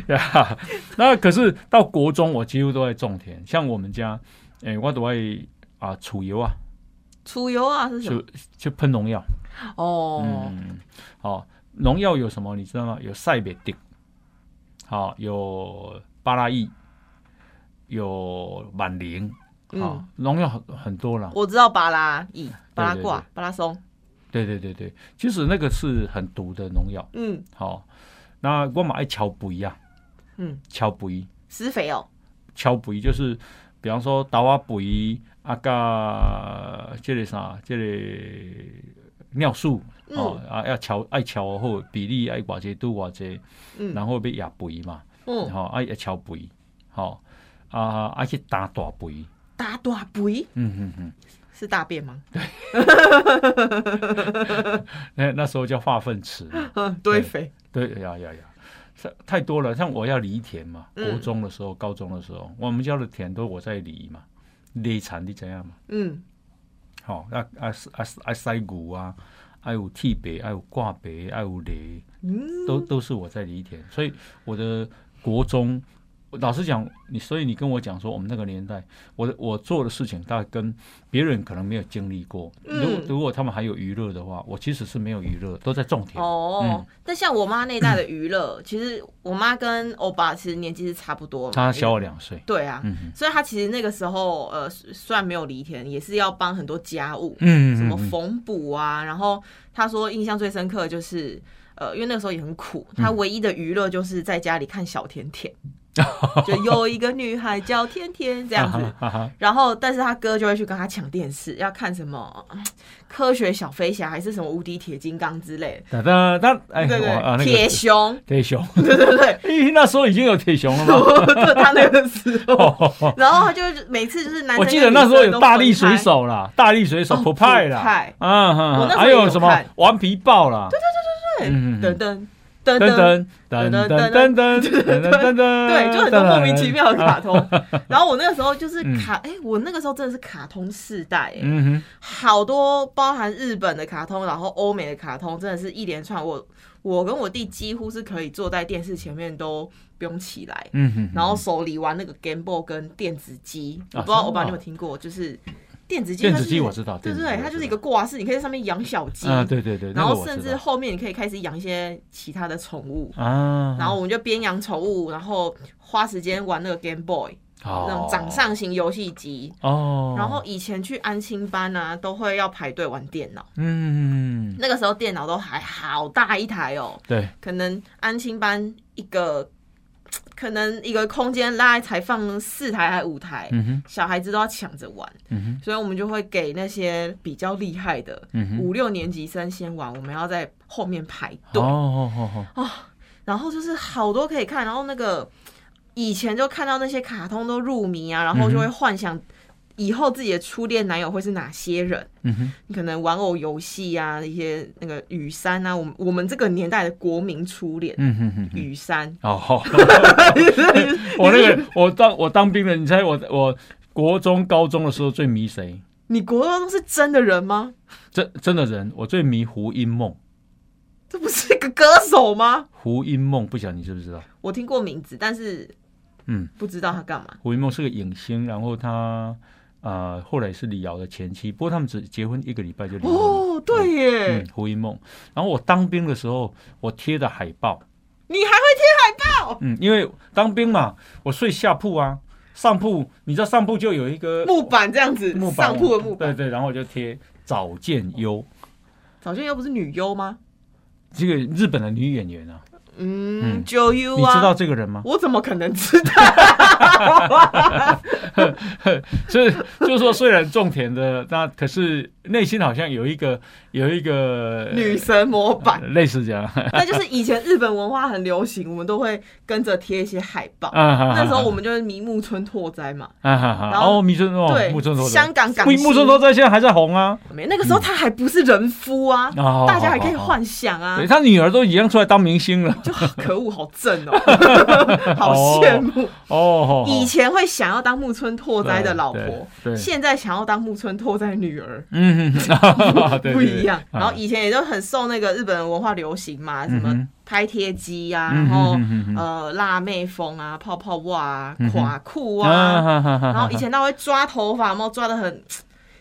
D: 呀。那可是到国中，我几乎都在种田，像我们家，诶、我都爱啊储油啊。
B: 出游啊是什么
D: 就？就喷农药。
B: 哦，
D: 嗯，好、农药有什么你知道吗？有塞北定，好、有巴拉意，有满灵，好、
B: 嗯
D: 农药很很多啦。
B: 我知道巴拉蚁、巴拉
D: 对对
B: 挂
D: 对、
B: 巴拉松。
D: 对对对对，其实那个是很毒的农药。
B: 嗯，
D: 好、那我买爱敲不一样，
B: 嗯，
D: 敲不一，
B: 施肥哦。
D: 敲不一就是，比方说达瓦不一啊，噶这个啥，这个尿素。哦
B: 嗯
D: 啊，要敲爱敲好比例爱偌济拄偌济，
B: 嗯
D: 然后要压肥嘛，
B: 嗯，
D: 吼啊要敲肥，吼啊啊去打大肥，
B: 打大肥
D: 嗯嗯嗯，
B: 是大便吗？
D: 那那时候叫化粪池嘛，
B: 嗯， 堆
D: 对
B: 肥。
D: 对呀呀呀，是太多了，像我要犁田嘛，
B: 嗯
D: 国中的时候、高中的时候，我们家的田都我在犁嘛，犁田你怎样嘛，
B: 嗯，
D: 吼啊啊啊啊塞牛啊，还有剃白，还有挂白，还有犁。
B: 嗯
D: 都都是我在犁田，所以我的国中，老实讲，你所以你跟我讲说，我们那个年代，我的我做的事情，大概跟别人可能没有经历过。如果
B: 嗯
D: 如果他们还有娱乐的话，我其实是没有娱乐，都在种田。
B: 哦
D: 嗯，
B: 但像我妈那一代的娱乐， 其实我妈跟欧巴其实年纪是差不多嘛，
D: 他小我两岁，
B: 对啊，
D: 嗯哼
B: 所以她其实那个时候呃，虽虽然没有犁田，也是要帮很多家务，
D: 嗯，
B: 什么
D: 嗯嗯
B: 缝补啊。然后她说印象最深刻的就是。呃，因为那个时候也很苦，
D: 嗯
B: 她唯一的娱乐就是在家里看小甜 甜，就有一个女孩叫甜甜这样子，
D: 哈哈，
B: 然后，但是他哥就会去跟他抢电视，要看什么嗯科学小飞侠还是什么无敌铁金刚之类的，
D: 哒哒哒，哎，
B: 对对
D: 我啊那
B: 对，铁
D: 个
B: 熊，
D: 铁熊，
B: 对对对，
D: 嘿那时候已经有铁熊了吗？
B: 就他那个时候， 然后他就是每次就是男生，
D: 哦我记得那时候有大力水，手啦，大力水手
B: 哦
D: 普派啦
B: 普派，
D: 啊，哈
B: 我那时候
D: 还
B: 也
D: 有
B: 有
D: 什么
B: 看
D: 顽皮豹啦，对
B: 对，
D: 嗯嗯嗯
B: 噔噔噔
D: 噔
B: 噔，
D: 噔噔噔噔噔噔噔噔噔，
B: 对，
D: 对
B: 就很多莫名其。妙的 卡通。然后我那个时候就是
D: 嗯
B: 卡，哎，我那个时候真的是卡通世代，哎，
D: 嗯哼，
B: 好多包含日本的卡通，然后欧美的卡通，真的是一连串。我我跟我弟几乎是可以坐在电视前面都不用起来，
D: 嗯哼，
B: 然后手里玩那个 Game Boy 跟电子机，我
D: 啊
B: 不知道
D: 真的
B: 我爸你有
D: 哦
B: 没有听过，就是电子机，
D: 电
B: 它
D: 子
B: 是
D: 机我知道，
B: 对
D: 电
B: 对
D: 子机
B: 对，
D: 我
B: 它
D: 知
B: 就是一
D: 道
B: 个挂饰，你可以在上面养小鸡，
D: 啊，对对对，
B: 然
D: 那个
B: 后
D: 我
B: 甚
D: 知
B: 至
D: 道
B: 后面你可以开始养一些其他的宠物，
D: 啊，
B: 然后我们就边养宠物，然后花时间玩那个 Game Boy 那种掌上型游戏机。
D: 哦，
B: 然后以前去安亲班啊，都会要排队玩电脑，
D: 嗯，
B: 那个时候电脑都还好大一台哦，
D: 对，
B: 可能安亲班一个，可能一个空间拉才放四台还五台，
D: 嗯哼，
B: 小孩子都要抢着玩，
D: 嗯哼，
B: 所以我们就会给那些比较厉害的
D: 嗯哼，
B: 五六年级生先玩，我们要在后面排
D: 哦，
B: 队
D: 哦哦哦，
B: 然后就是好多可以看，然后那个以前就看到那些卡通都入迷啊，然后就
D: 嗯
B: 会幻想以后自己的初恋男友会是哪些人。
D: 嗯哼，
B: 你可能玩偶游戏啊，一些那个雨山啊，我们我们这个年代的国民初恋、
D: 嗯哼哼哼。
B: 雨山，
D: 哦， 好我那个我当我当兵了，你猜我我国中高中的时候最迷谁？
B: 你国高中是真的人吗？
D: 真真的人，我最迷胡因梦。
B: 这不是一个歌手吗？
D: 胡因梦，不晓得你知不知道？
B: 我听过名字，但是
D: 嗯，
B: 不知道他干嘛。
D: 胡因梦是个影星，然后他呃后来是李敖的前妻，不过他们只结婚一个礼拜就离婚了。
B: 哦，对耶，
D: 嗯，胡因梦。然后我当兵的时候，我贴的海报，
B: 你还会
D: 嗯，因为当兵嘛，我睡下铺啊，上铺，你知道上铺就有一个
B: 贴木板这样子，
D: 木板
B: 上铺的木板。
D: 对对，然后我就贴早见优，
B: 早先又不是女优吗？
D: 这个日本的女演员啊，
B: 嗯，
D: 嗯
B: 九 U
D: 你
B: 啊，
D: 知道这个人吗？
B: 我怎么可能知道？
D: 所以就是说，虽然种田的，那可是内心好像有一个有一个
B: 女神模板，
D: 类似这样，
B: 那就是以前日本文化很流行，我们都会跟着贴一些海报。那
D: 那
B: 时候我们就是迷木村拓哉嘛，
D: 啊哈哈，
B: 然后
D: 哦，木村拓
B: 对，
D: 木村拓哉
B: 香，港港
D: 木
B: 星
D: 木村拓哉现在还在红啊，
B: 没那个时候他还不是人夫啊，
D: 哦
B: 大家还可以。
D: 好好好
B: 幻想啊
D: 对，他女儿都已经出来当明星了
B: 就好可恶，好正 哦，好羡慕。
D: 哦，
B: 以前会想要当木村拓哉的老
D: 对
B: 婆，
D: 对，
B: 现在想要当木村拓哉的女儿。
D: 嗯，对对
B: 不一样，
D: 对
B: 然后以前也就很受那个日本文化流行嘛，什么
D: 嗯哼
B: 拍贴机呀，
D: 嗯
B: 啊然后
D: 哼哼哼
B: 呃辣妹风啊、泡泡袜啊
D: 嗯、哼
B: 垮裤
D: 啊
B: 啊，
D: 哈哈哈
B: 然
D: 哈
B: 后以前他会抓头发，有没有抓的很？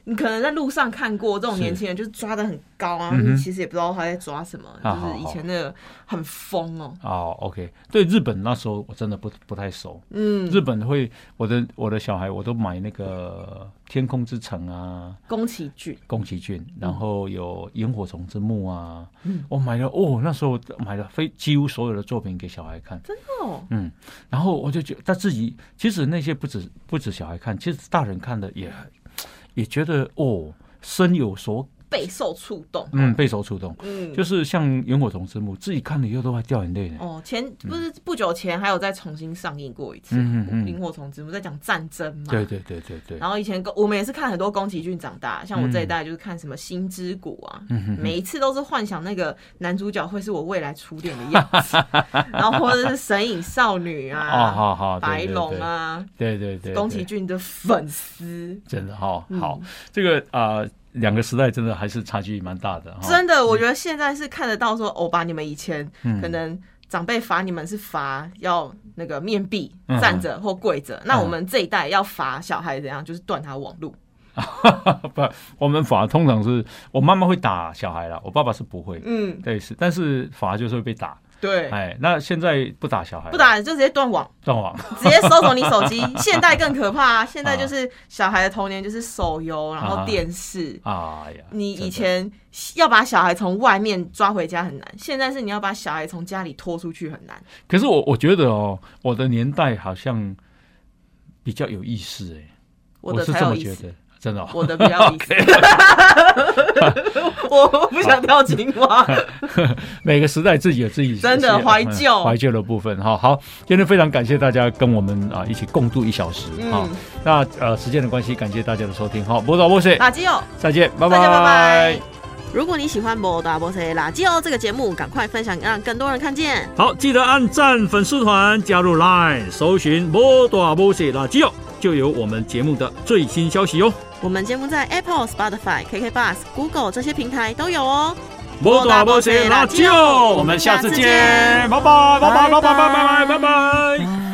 B: 你可能在路上看过这种
D: 是
B: 年轻人，就是抓的很高啊，
D: 嗯哼
B: 你其实也不知道他在抓什么，
D: 好好
B: 就是以前那个很疯哦，
D: 哦，OK，对日本那时候我真的不不太熟，
B: 嗯，
D: 日本会我的我的小孩我都买那个《天空之城》啊，
B: 宫崎骏，
D: 宫崎骏，
B: 嗯
D: 然后有《萤火虫之墓》啊，我买了哦，那时候我买了非几乎所有的作品给小孩看，
B: 真的哦，
D: 嗯，然后我就觉得他自己其实那些不止不止小孩看，其实大人看的也也觉得哦深有所
B: 备受触动，
D: 嗯备受触动。
B: 嗯，
D: 就是像《萤火虫之墓》，自己看了以后都还掉眼泪呢。
B: 哦，前不是不久前还有再重新上映过一次《
D: 嗯嗯
B: 萤
D: 嗯，
B: 火虫之墓》，在讲战争嘛，
D: 对对对对对，
B: 然后以前宫我们也是看很多宫崎骏长大，像我这一代就是看什么《星之谷》啊，
D: 嗯
B: 每一次都是幻想那个男主角会是我未来初恋的样 子，然后或者是《神隐少女》
D: 哦，
B: 啊、
D: 好好，
B: 白
D: 对
B: 龙，啊，
D: 对对对对，对
B: 宫崎骏的嗯粉丝。
D: 真的哈好，这个啊，两个时代真的还是差距蛮大的哈。
B: 真的，我觉得现在是看得到说，欧巴你们以前
D: 嗯
B: 可能长辈罚你们是罚要那个面壁、
D: 嗯
B: 站着或跪着，那我们这一代要罚小孩怎样，就是断他网路。
D: 不，我们法通常是我妈妈会打小孩了，我爸爸是不会。
B: 嗯，
D: 对，是，但是法就是会被打。
B: 对，
D: 哎，那现在不打小孩，
B: 不打就直接断网。
D: 断网。
B: 直接搜索你手机。 现代更可怕、啊，现在就是小孩的童年就是手游，然后电视。
D: 哎呀，
B: 你
D: 真的
B: 以前要把小孩从外面抓回家很难，现在是你要把小孩从家里拖出去很难。
D: 可是我我觉得哦，我的年代好像比较有意思哎，
B: 我
D: 我
B: 的
D: 是
B: 才
D: 这
B: 有
D: 么
B: 意
D: 觉
B: 思，
D: 得，真的哦。
B: 我的比较有意 思。
D: 哦
B: 我我不想跳青 蛙，
D: 每个时代自己有自己
B: 真的
D: 是
B: 怀旧
D: 嗯怀旧的部分哈。好，今天非常感谢大家跟我们啊一起共度一小时啊
B: 嗯。哦
D: 那呃时间的关系，感谢大家的收听哈。波导波士，
B: 打基友，
D: 再见，拜
B: 大家拜拜。如果你喜欢《波达波塞垃圾哦》这个节目，赶快分享，让更多人看见。
D: 好，记得按赞粉丝团，加入 Line，搜寻“摩大摩西垃圾哦”，就有我们节目的最新消息哦。
B: 我们节目在 Apple、Spotify、KK Bus、Google 这些平台都有哦。
D: 摩大摩西垃圾哦，
B: 我
D: 我
B: 们
D: 们
B: 下
D: 下
B: 次
D: 次
B: 见
D: 见，拜拜拜拜拜拜
B: 拜拜
D: 拜拜拜拜。
B: 哎